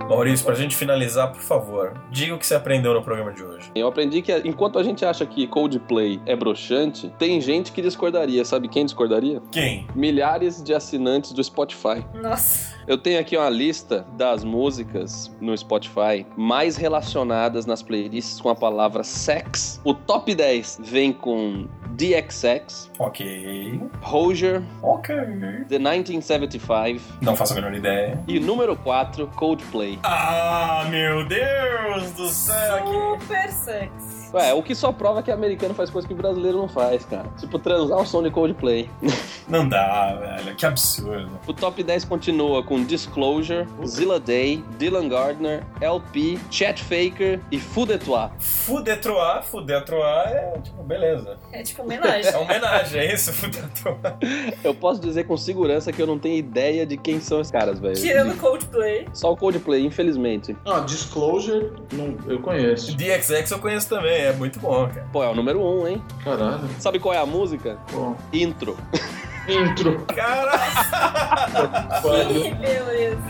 Speaker 1: Maurício, pra gente finalizar, por favor, diga o que você aprendeu no programa de hoje.
Speaker 4: Eu aprendi que enquanto a gente acha que Coldplay é broxante, tem gente que discordaria. Sabe quem discordaria?
Speaker 1: Quem?
Speaker 4: Milhares de assinantes do Spotify.
Speaker 3: Nossa.
Speaker 4: Eu tenho aqui uma lista das músicas no Spotify mais relacionadas nas playlists com a palavra sex. O top 10 vem com DXX,
Speaker 1: Ok.
Speaker 4: Hozier,
Speaker 1: Ok.
Speaker 4: The 1975
Speaker 1: Não faço a menor ideia.
Speaker 4: e número 4, Coldplay.
Speaker 1: Ah, meu Deus do céu! que-
Speaker 3: Super sexy.
Speaker 4: Ué, o que só prova que americano faz coisa que brasileiro não faz, cara. Tipo, transar o som de Coldplay.
Speaker 1: Não dá, velho. Que absurdo.
Speaker 4: O top 10 continua com Disclosure, Zilla Day, Dylan Gardner, LP, Chet Faker e Fudetua.
Speaker 1: Fuder Troar, fuder Troar é tipo, beleza.
Speaker 3: É tipo
Speaker 1: É
Speaker 3: homenagem.
Speaker 1: uma homenagem, é isso? Fuder Troar.
Speaker 4: Eu posso dizer com segurança que eu não tenho ideia de quem são esses caras, velho.
Speaker 3: Tirando Coldplay.
Speaker 4: Só o Coldplay, infelizmente.
Speaker 7: Ah, Disclosure, não, eu conheço.
Speaker 1: DXX eu conheço também, é muito bom, cara.
Speaker 4: Pô, é o número um, hein?
Speaker 7: Caralho.
Speaker 4: Sabe qual é a música?
Speaker 7: Bom.
Speaker 4: Intro.
Speaker 7: Intro.
Speaker 1: Caralho!
Speaker 3: Que beleza.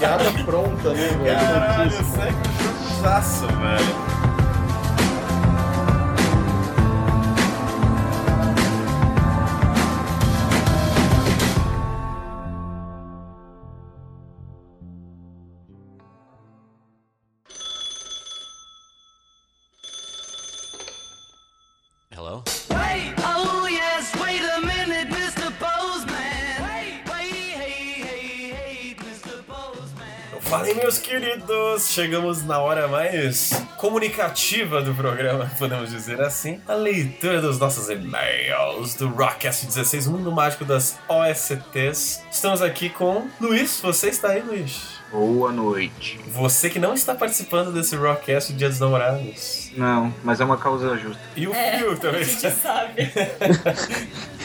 Speaker 7: Piada pronta, né, velho?
Speaker 1: Caralho, isso é chuzaço, velho.
Speaker 9: Hello?
Speaker 5: Oh,
Speaker 1: Eu falei, meus queridos, chegamos na hora mais comunicativa do programa, podemos dizer assim. A leitura dos nossos e-mails do Rockcast 16, o mundo mágico das OSTs. Estamos aqui com Luiz, você está aí, Luiz?
Speaker 10: Boa noite.
Speaker 1: Você que não está participando desse Rockcast Dia dos Namorados.
Speaker 10: Não, mas é uma causa justa.
Speaker 1: E o
Speaker 3: É,
Speaker 1: Phil
Speaker 3: A
Speaker 1: também
Speaker 3: gente
Speaker 1: está.
Speaker 3: sabe.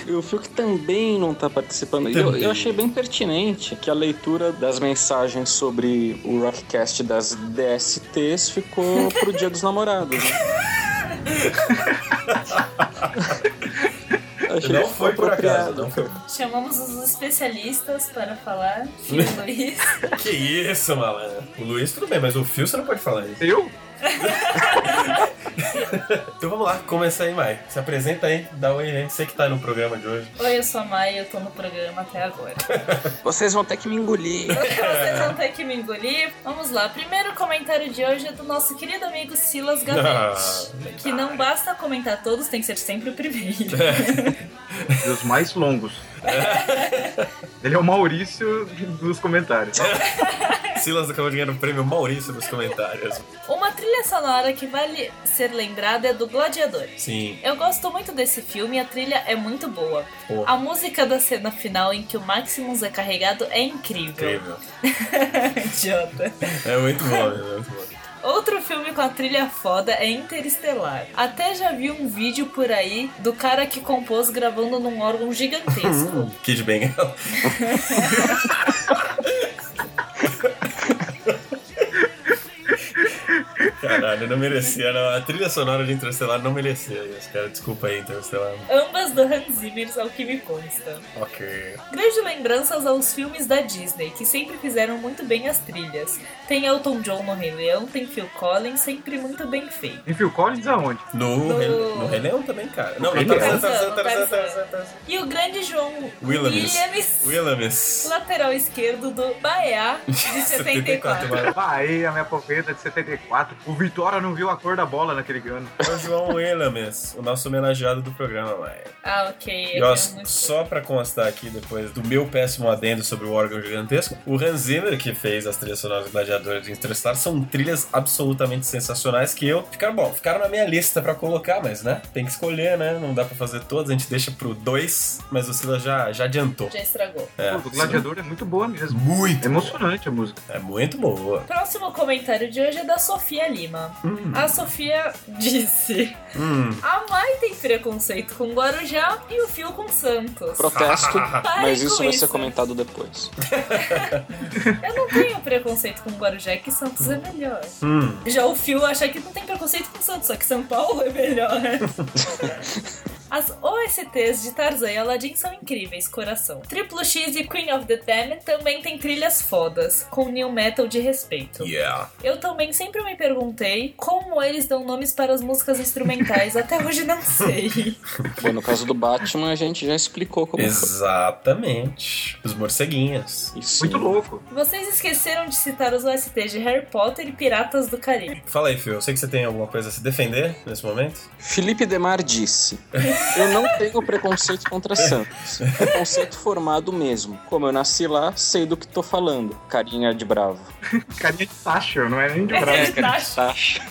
Speaker 11: E o Fiuk também não tá participando. E Eu,
Speaker 1: Também.
Speaker 11: eu achei bem pertinente que a leitura das mensagens sobre o Rockcast das DSTs ficou pro Dia dos Namorados. né? Achei
Speaker 1: Não
Speaker 11: que ficou
Speaker 1: foi por acaso,
Speaker 11: apropriado.
Speaker 1: não foi.
Speaker 3: Chamamos os especialistas para falar. Fio Luiz.
Speaker 1: Que isso, malandro. O Luiz, tudo bem, mas o Phil você não pode falar isso.
Speaker 10: Eu?
Speaker 1: Então vamos lá, começa aí, Mai. Se apresenta aí, dá oi aí. Você que tá no programa de hoje.
Speaker 3: Oi, eu sou a Maia, eu tô no programa até agora.
Speaker 11: Vocês vão ter que me engolir.
Speaker 3: Vocês vão ter que me engolir. Vamos lá, primeiro comentário de hoje é do nosso querido amigo Silas Gavete.
Speaker 1: Ah,
Speaker 3: Que não basta comentar todos, tem que ser sempre o primeiro.
Speaker 10: E os mais longos. Ele é o Maurício dos comentários.
Speaker 1: Silas acabou de ganhar o prêmio Maurício nos comentários.
Speaker 3: Uma trilha sonora que vale ser lembrada é do Gladiador.
Speaker 1: Sim.
Speaker 3: Eu gosto muito desse filme, a trilha é muito boa.
Speaker 1: Porra.
Speaker 3: A música da cena final em que o Maximus é carregado é incrível.
Speaker 1: Incrível.
Speaker 3: Idiota.
Speaker 1: É muito bom, é muito bom.
Speaker 3: Outro filme com a trilha foda é Interestelar. Até já vi um vídeo por aí do cara que compôs gravando num órgão gigantesco.
Speaker 1: Um Kid Bengal. Cara, Caralho, não merecia, não. A trilha sonora de Interstellar não merecia isso, cara. Desculpa aí, Interstellar.
Speaker 3: Ambas do Hans Zimmer, ao que me consta.
Speaker 1: Ok.
Speaker 3: Grandes lembranças aos filmes da Disney, que sempre fizeram muito bem as trilhas. Tem Elton John no Rei Leão, tem Phil Collins, sempre muito bem feito.
Speaker 10: Em Phil Collins aonde?
Speaker 1: No,
Speaker 3: No-
Speaker 1: Rei- no Rei Leão também, cara. Não,
Speaker 10: Rei
Speaker 1: no Tarzan,
Speaker 10: Leão.
Speaker 1: Tarzan, Tarzan,
Speaker 3: Tarzan,
Speaker 1: Tarzan, Tarzan.
Speaker 3: Tarzan. E o grande João
Speaker 1: Willamis.
Speaker 3: Williams,
Speaker 1: Willamis.
Speaker 3: lateral esquerdo do Bahia, de 74.
Speaker 10: Bahia, minha poveda de 74. O Vitória não viu a cor da bola naquele ano.
Speaker 1: É o João Willamis, o nosso homenageado do programa, Maia.
Speaker 3: Ah, ok.
Speaker 1: E ó, só pra constar aqui, depois do meu péssimo adendo sobre o órgão gigantesco, o Hans Zimmer, que fez as trilhas sonoras do Gladiador e do Interstellar, são trilhas absolutamente sensacionais que eu... Ficaram, bom, ficaram na minha lista pra colocar, mas, né, tem que escolher, né? Não dá pra fazer todas, a gente deixa pro 2, mas o Sila já, já adiantou.
Speaker 3: Já estragou.
Speaker 1: É,
Speaker 10: Pô, o Gladiador é muito boa mesmo.
Speaker 1: Muito
Speaker 10: É emocionante a música.
Speaker 1: É muito boa.
Speaker 3: Próximo comentário de hoje é da Sofia Lima. A Sofia disse:
Speaker 1: Hum.
Speaker 3: A mãe tem preconceito com Guarujá e o fio com Santos.
Speaker 11: Protesto,
Speaker 3: Parem
Speaker 11: mas
Speaker 3: com
Speaker 11: isso vai ser
Speaker 3: isso.
Speaker 11: comentado depois.
Speaker 3: Eu não tenho preconceito com Guarujá, é que Santos é melhor.
Speaker 1: Hum.
Speaker 3: Já o Fio acha que não tem preconceito com Santos, só que São Paulo é melhor. As OSTs de Tarzan e Aladdin são incríveis, coração. Triplo X e Queen of the Damned também tem trilhas fodas, com new metal de respeito.
Speaker 1: Yeah.
Speaker 3: Eu também sempre me perguntei como eles dão nomes para as músicas instrumentais, até hoje não sei.
Speaker 11: Bom, no caso do Batman, a gente já explicou como foi.
Speaker 1: Exatamente. Os morceguinhos.
Speaker 10: Muito louco.
Speaker 3: Vocês esqueceram de citar os OSTs de Harry Potter e Piratas do Caribe.
Speaker 1: Fala aí, Phil. Eu sei que você tem alguma coisa a se defender nesse momento.
Speaker 11: Felipe Demar disse: Eu não tenho preconceito contra Santos. Preconceito formado mesmo. Como eu nasci lá, sei do que tô falando. Carinha de bravo.
Speaker 10: Carinha de Thatcher, não é nem de
Speaker 3: É,
Speaker 10: Braga.
Speaker 3: de
Speaker 11: Tá,
Speaker 3: Thatcher.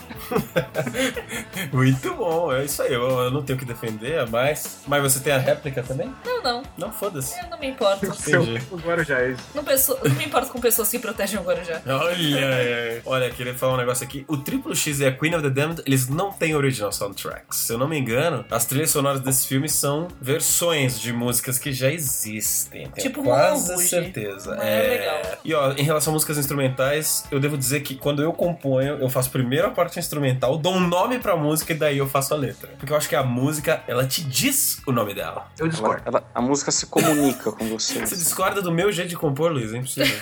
Speaker 1: Muito bom, é isso aí. Eu, eu não tenho o que defender, mas. Mas você tem a réplica também?
Speaker 3: Não, não,
Speaker 1: Não, foda-se.
Speaker 3: eu não me importo.
Speaker 10: Seu
Speaker 1: Entendi.
Speaker 10: o Guarujá é isso.
Speaker 3: Não, pesso- não me importo com pessoas que protegem o Guarujá.
Speaker 1: Olha, é. olha, queria falar um negócio aqui. O Triple X e a Queen of the Damned, eles não têm original soundtracks. Se eu não me engano, as trilhas sonoras desse filme são versões de músicas que já existem. Tenho
Speaker 3: Tipo
Speaker 1: quase
Speaker 3: Moulin Rouge.
Speaker 1: certeza.
Speaker 3: Mas
Speaker 1: é
Speaker 3: é legal.
Speaker 1: E ó, em relação a músicas instrumentais, eu devo dizer que quando eu componho, eu faço primeiro a parte instrumental, dou um nome pra música e daí eu faço a letra. Porque eu acho que a música, ela te diz o nome dela.
Speaker 10: Eu
Speaker 11: Ela-
Speaker 10: discordo.
Speaker 11: ela- a música se comunica com você.
Speaker 1: Você discorda do meu jeito de compor, Luiz? É impossível.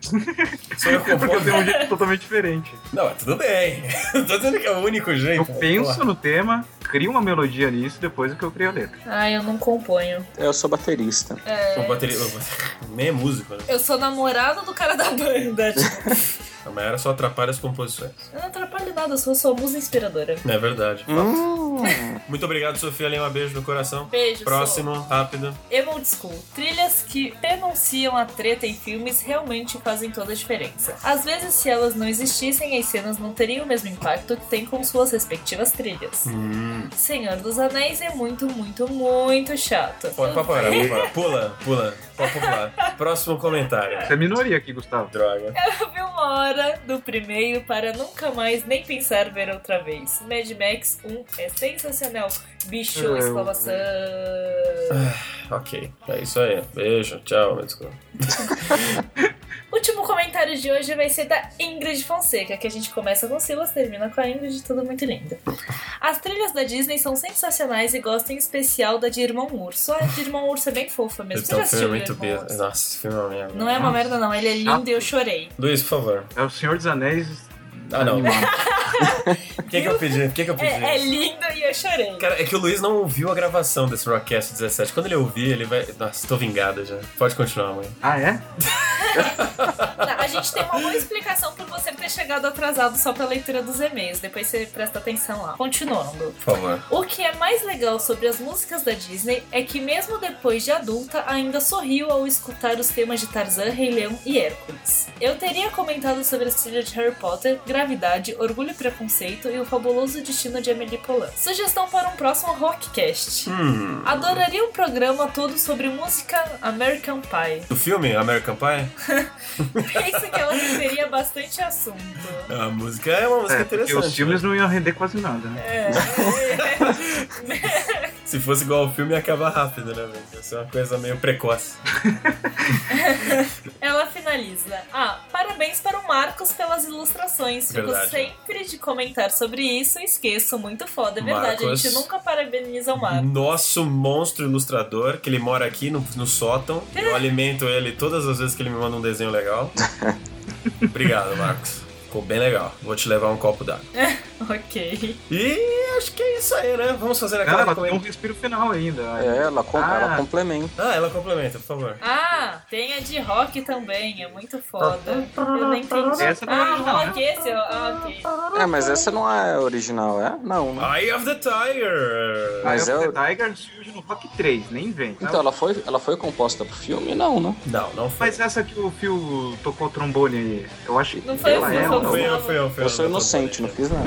Speaker 1: Só eu
Speaker 10: É porque eu tenho
Speaker 1: compor.
Speaker 10: um jeito totalmente diferente.
Speaker 1: Não, tudo bem. Não tô dizendo que é o único jeito.
Speaker 10: Eu penso no tema, crio uma melodia nisso, depois é que eu crio a letra.
Speaker 3: Ai, eu não componho.
Speaker 11: Eu sou baterista.
Speaker 3: É.
Speaker 1: O bateria. o bate- Nem é músico, né?
Speaker 3: Eu sou namorada do cara da banda. Tipo,
Speaker 1: A Mayara só atrapalha as composições.
Speaker 3: eu não atrapalho nada, eu sou sua musa inspiradora.
Speaker 1: É verdade.
Speaker 11: Hum,
Speaker 1: Muito obrigado, Sofia Lima. Beijo no coração.
Speaker 3: Beijo,
Speaker 1: Próximo, rápido.
Speaker 3: Sou. Emo Old School. Trilhas que denunciam a treta em filmes realmente fazem toda a diferença. Às vezes, se elas não existissem, as cenas não teriam o mesmo impacto que tem com suas respectivas trilhas. Senhor dos Anéis é muito, muito, muito chato.
Speaker 1: Pode pode parar, pode parar. Pula, pula. Pode pular. Próximo comentário.
Speaker 10: Você é minoria aqui, Gustavo.
Speaker 1: Droga.
Speaker 3: Eu vi uma hora do primeiro para nunca mais nem pensar ver outra vez. Mad Max 1 é sensacional. Bicho,
Speaker 10: Eu-
Speaker 3: exclamação.
Speaker 1: Ok. É isso aí. Beijo. Tchau, me desculpa.
Speaker 3: Último comentário de hoje vai ser da Ingrid Fonseca, que a gente começa com Silas, termina com a Ingrid, tudo muito lindo. As trilhas da Disney são sensacionais e gosto em especial da de Irmão Urso. A de Irmão Urso é bem fofa mesmo. Você
Speaker 1: Então,
Speaker 3: já
Speaker 1: o filme é
Speaker 3: assistiu
Speaker 1: muito
Speaker 3: Irmão
Speaker 1: besta.
Speaker 3: Urso?
Speaker 1: Nossa, esse filme é uma merda.
Speaker 3: Não é uma merda não, ele é lindo e eu chorei.
Speaker 1: Luiz, por favor.
Speaker 10: É o Senhor dos Anéis.
Speaker 1: Ah, não.
Speaker 10: animado.
Speaker 1: O que, que eu pedi? O que, que eu
Speaker 3: É,
Speaker 1: pedi?
Speaker 3: é lindo e eu chorei.
Speaker 1: Cara, é que o Luiz não ouviu a gravação desse Rockcast 17. Quando ele ouvir, ele vai. Nossa, tô vingado já. Pode continuar, mãe.
Speaker 10: Ah, é?
Speaker 3: Tá, a gente tem uma boa explicação por você ter chegado atrasado só pra leitura dos e-mails. Depois você presta atenção lá. Continuando.
Speaker 1: Por favor.
Speaker 3: O que é mais legal sobre as músicas da Disney é que, mesmo depois de adulta, ainda sorriu ao escutar os temas de Tarzan, Rei Leão e Hércules. Eu teria comentado sobre a trilha de Harry Potter, Gravidade, Orgulho e Preconceito e o fabuloso destino de Emily Polan. Sugestão para um próximo Rockcast.
Speaker 1: Hum.
Speaker 3: Adoraria um programa todo sobre música American Pie.
Speaker 1: Do filme American Pie?
Speaker 3: Penso que ela teria bastante assunto.
Speaker 1: A música é uma música
Speaker 10: É, porque
Speaker 1: interessante.
Speaker 10: os filmes não iam render quase nada, né?
Speaker 3: É.
Speaker 1: Se fosse igual ao filme, ia acabar rápido, né, velho? Ia ser uma coisa meio precoce.
Speaker 3: Ela finaliza. Ah, parabéns para o Marcos pelas ilustrações. Fico
Speaker 1: Verdade.
Speaker 3: sempre de comentar sobre isso. Esqueço, muito foda. É verdade,
Speaker 1: Marcos.
Speaker 3: a gente nunca parabeniza o Marcos.
Speaker 1: Nosso monstro ilustrador, que ele mora aqui no, no sótão. Eu alimento ele todas as vezes que ele me manda um desenho legal. Obrigado, Marcos. Ficou bem legal. Vou te levar um copo d'água.
Speaker 3: ok.
Speaker 1: E acho que é isso aí, né? Vamos fazer
Speaker 10: Cara,
Speaker 1: aquela
Speaker 10: ela tem um respiro final ainda.
Speaker 11: então É, ela, com-
Speaker 10: Ah.
Speaker 11: ela complementa.
Speaker 1: Ah, ela complementa, por favor.
Speaker 3: Ah, tem a de rock também, é muito foda. Eu não entendi.
Speaker 11: Essa não é
Speaker 3: ah,
Speaker 11: original,
Speaker 3: rock esse? Ah, ok.
Speaker 11: É, mas essa não é original, é? Não, né?
Speaker 1: Eye of the Tiger!
Speaker 11: Mas é
Speaker 10: The
Speaker 11: o...
Speaker 10: Tiger surge no Rock 3, nem vem. tá?
Speaker 11: Então, ela foi, ela foi composta pro filme? Não, né?
Speaker 1: Não, não foi.
Speaker 10: Mas é, essa que o Phil tocou o trombone aí, eu acho que
Speaker 3: Não foi
Speaker 10: ela
Speaker 3: assim,
Speaker 10: é
Speaker 3: foi
Speaker 10: uma-
Speaker 3: assim.
Speaker 1: Foi eu, foi eu, foi
Speaker 11: Eu sou inocente, não fiz nada.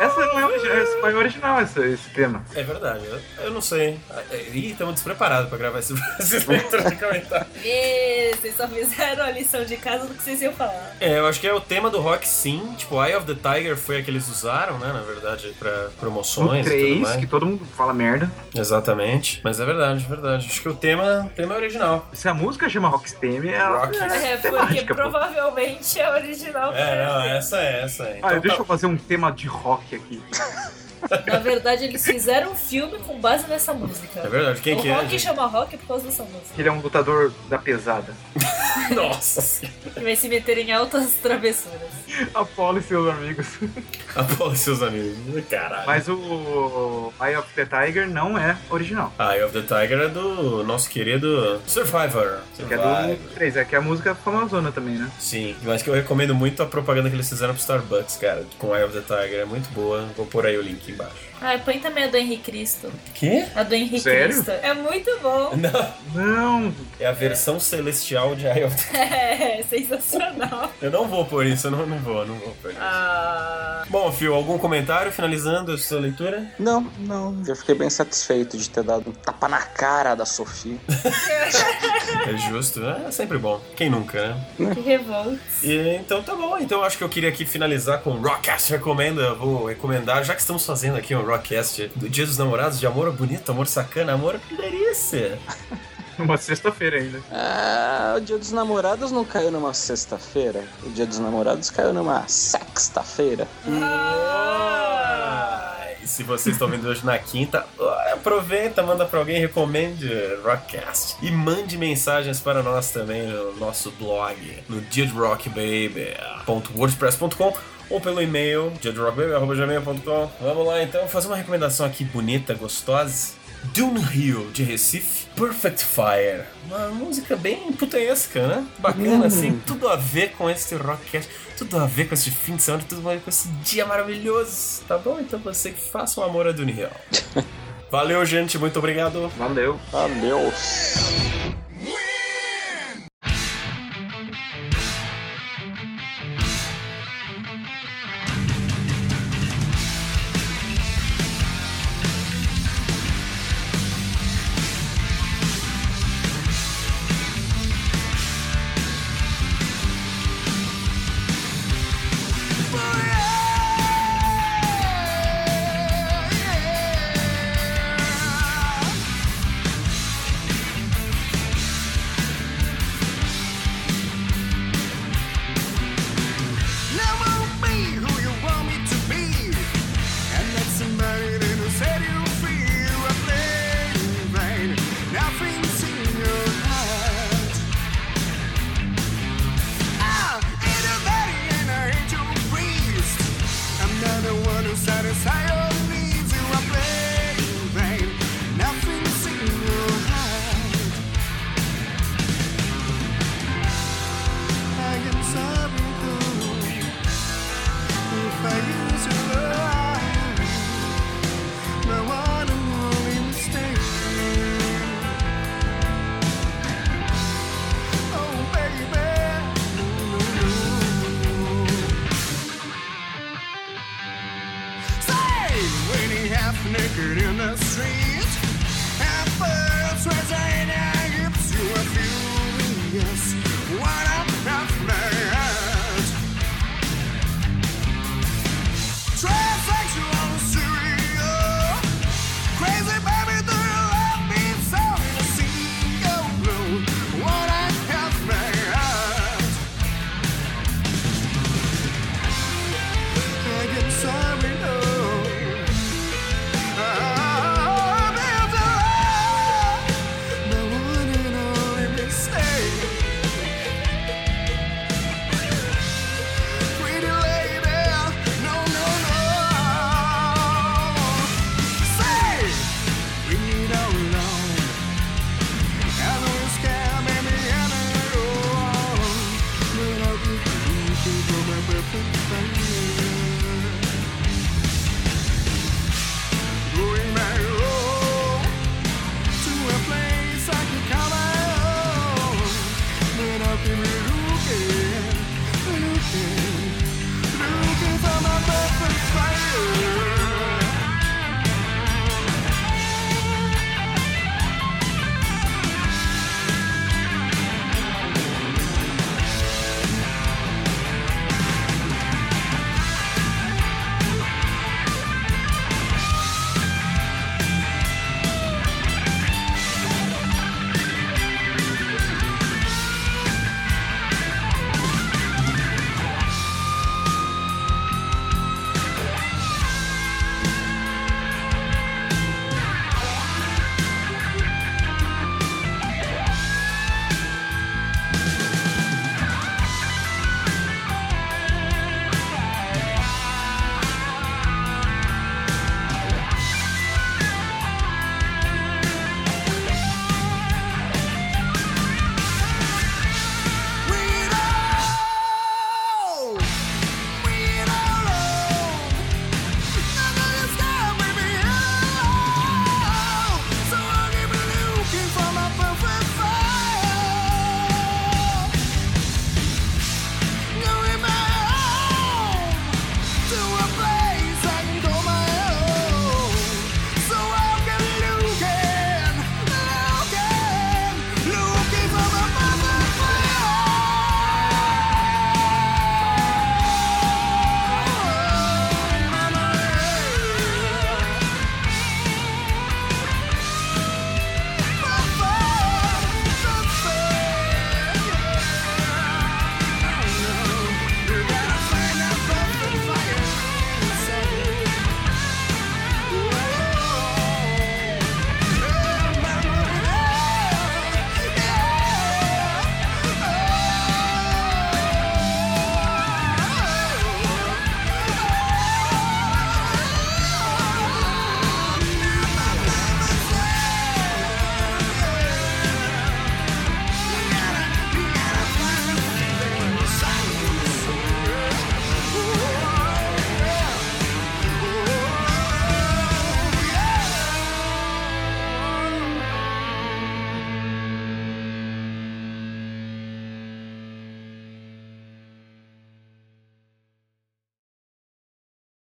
Speaker 10: Essa não é original, essa foi original essa, esse tema.
Speaker 1: É verdade, eu, eu não sei. Ih, estamos despreparados pra gravar esse, esse
Speaker 11: É.
Speaker 1: leitura de comentário.
Speaker 3: Ê, Vocês só fizeram a lição de casa do que vocês iam falar.
Speaker 1: É, eu acho que é o tema do rock sim. Tipo, Eye of the Tiger foi a que eles usaram, né? Na verdade, pra
Speaker 10: No
Speaker 1: promoções e tudo
Speaker 10: 3, que
Speaker 1: mais.
Speaker 10: todo mundo fala merda.
Speaker 1: Exatamente. Mas é verdade, é verdade. Acho que o tema, o tema é original.
Speaker 10: Se a música chama Rockstemme, ela
Speaker 1: Rock.
Speaker 3: É, porque
Speaker 10: temática, pô.
Speaker 3: provavelmente é original.
Speaker 1: É, não, essa é, essa é.
Speaker 10: Ah,
Speaker 1: Então,
Speaker 10: deixa
Speaker 1: tá-
Speaker 10: eu fazer um tema de rock aqui.
Speaker 3: Na verdade, eles fizeram um filme com base nessa música.
Speaker 1: É verdade, quem
Speaker 3: o
Speaker 1: que é?
Speaker 3: rock
Speaker 1: gente?
Speaker 3: chama rock por causa dessa música.
Speaker 10: Ele é um lutador da pesada.
Speaker 1: Nossa senhora.
Speaker 3: E vai se meter em altas travessuras.
Speaker 10: Apolo e seus amigos.
Speaker 1: Apolo e seus amigos. Caralho.
Speaker 10: Mas o Eye of the Tiger não é original.
Speaker 1: Eye of the Tiger é do nosso querido Survivor.
Speaker 10: Que é do 3, é que é a música famosona também, né?
Speaker 1: Sim, eu acho que eu recomendo muito a propaganda que eles fizeram pro Starbucks, cara, com Eye of the Tiger, é muito boa. Vou pôr aí o link embaixo.
Speaker 3: Ah, põe também a do Henrique Cristo.
Speaker 1: Quê?
Speaker 3: A do Henrique
Speaker 10: Sério?
Speaker 3: Cristo. É muito bom.
Speaker 1: Não,
Speaker 10: Não,
Speaker 1: é a versão celestial de Eye of the
Speaker 3: É, sensacional.
Speaker 1: Eu não vou pôr isso, eu não, não vou, não vou pôr isso.
Speaker 3: Ah,
Speaker 1: Bom, Fio, algum comentário finalizando a sua leitura?
Speaker 11: Não, não. Eu fiquei bem satisfeito de ter dado um tapa na cara da Sofia.
Speaker 1: É justo, né? é sempre bom. Quem nunca, né?
Speaker 3: que revolta.
Speaker 1: E, então tá bom, então acho que eu queria aqui finalizar com Rockcast Recomenda. Eu vou recomendar, já que estamos fazendo aqui um Rockcast do Dia dos Namorados, de amor bonito, amor sacana, amor que delícia.
Speaker 10: uma sexta-feira ainda.
Speaker 11: Ah, o Dia dos Namorados não caiu numa sexta-feira. O Dia dos Namorados caiu numa sexta-feira.
Speaker 1: Ah, E se vocês estão vendo hoje na quinta, ah, aproveita, manda pra alguém, recomende Rockcast. E mande mensagens para nós também no nosso blog, no didrockbaby.wordpress.com ou pelo e-mail, didrockbaby.gmail.com. Vamos lá então, fazer uma recomendação aqui bonita, gostosa. Dune Hill de Recife, Perfect Fire. Uma música bem putanhesca, né? Bacana, assim, tudo a ver com esse rockcast, tudo a ver com esse fim de semana, tudo a ver com esse dia maravilhoso. Tá bom? Então você que faça um amor a Dune Hill. Valeu, gente, muito obrigado.
Speaker 10: Valeu.
Speaker 11: Adeus.
Speaker 5: Now I'll be who you want me to be. And let somebody to set you free. A plain rain, nothing's in your heart. Ah, in a valley and an angel priest. I'm not the one who satisfies your needs. You are plain rain, nothing's in your heart. I am sorry though If I use your love My one and only mistake Oh baby Say when he half naked in the street And birds rising and hips you are feeling Ah,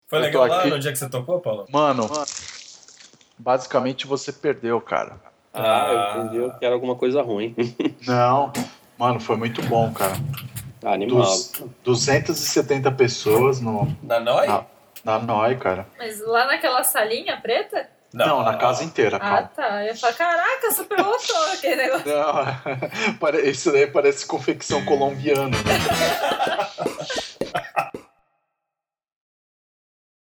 Speaker 1: Foi
Speaker 2: Eu tô
Speaker 1: legal lá
Speaker 2: aqui.
Speaker 1: no dia que você tocou, Paulo?
Speaker 2: Mano, basicamente você perdeu, cara.
Speaker 4: Ah, eu entendi que era alguma coisa ruim.
Speaker 2: Não, mano, foi muito bom, cara.
Speaker 4: Animal.
Speaker 2: Dos- 270 pessoas no,
Speaker 1: Na Noi?
Speaker 2: na, na Noi, cara.
Speaker 3: Mas lá naquela salinha preta?
Speaker 2: Não, na casa inteira,
Speaker 3: Ah,
Speaker 2: calma.
Speaker 3: tá. Eu ia falar, caraca, super lotou aquele negócio.
Speaker 2: Não, pare- isso daí parece confecção colombiana. né?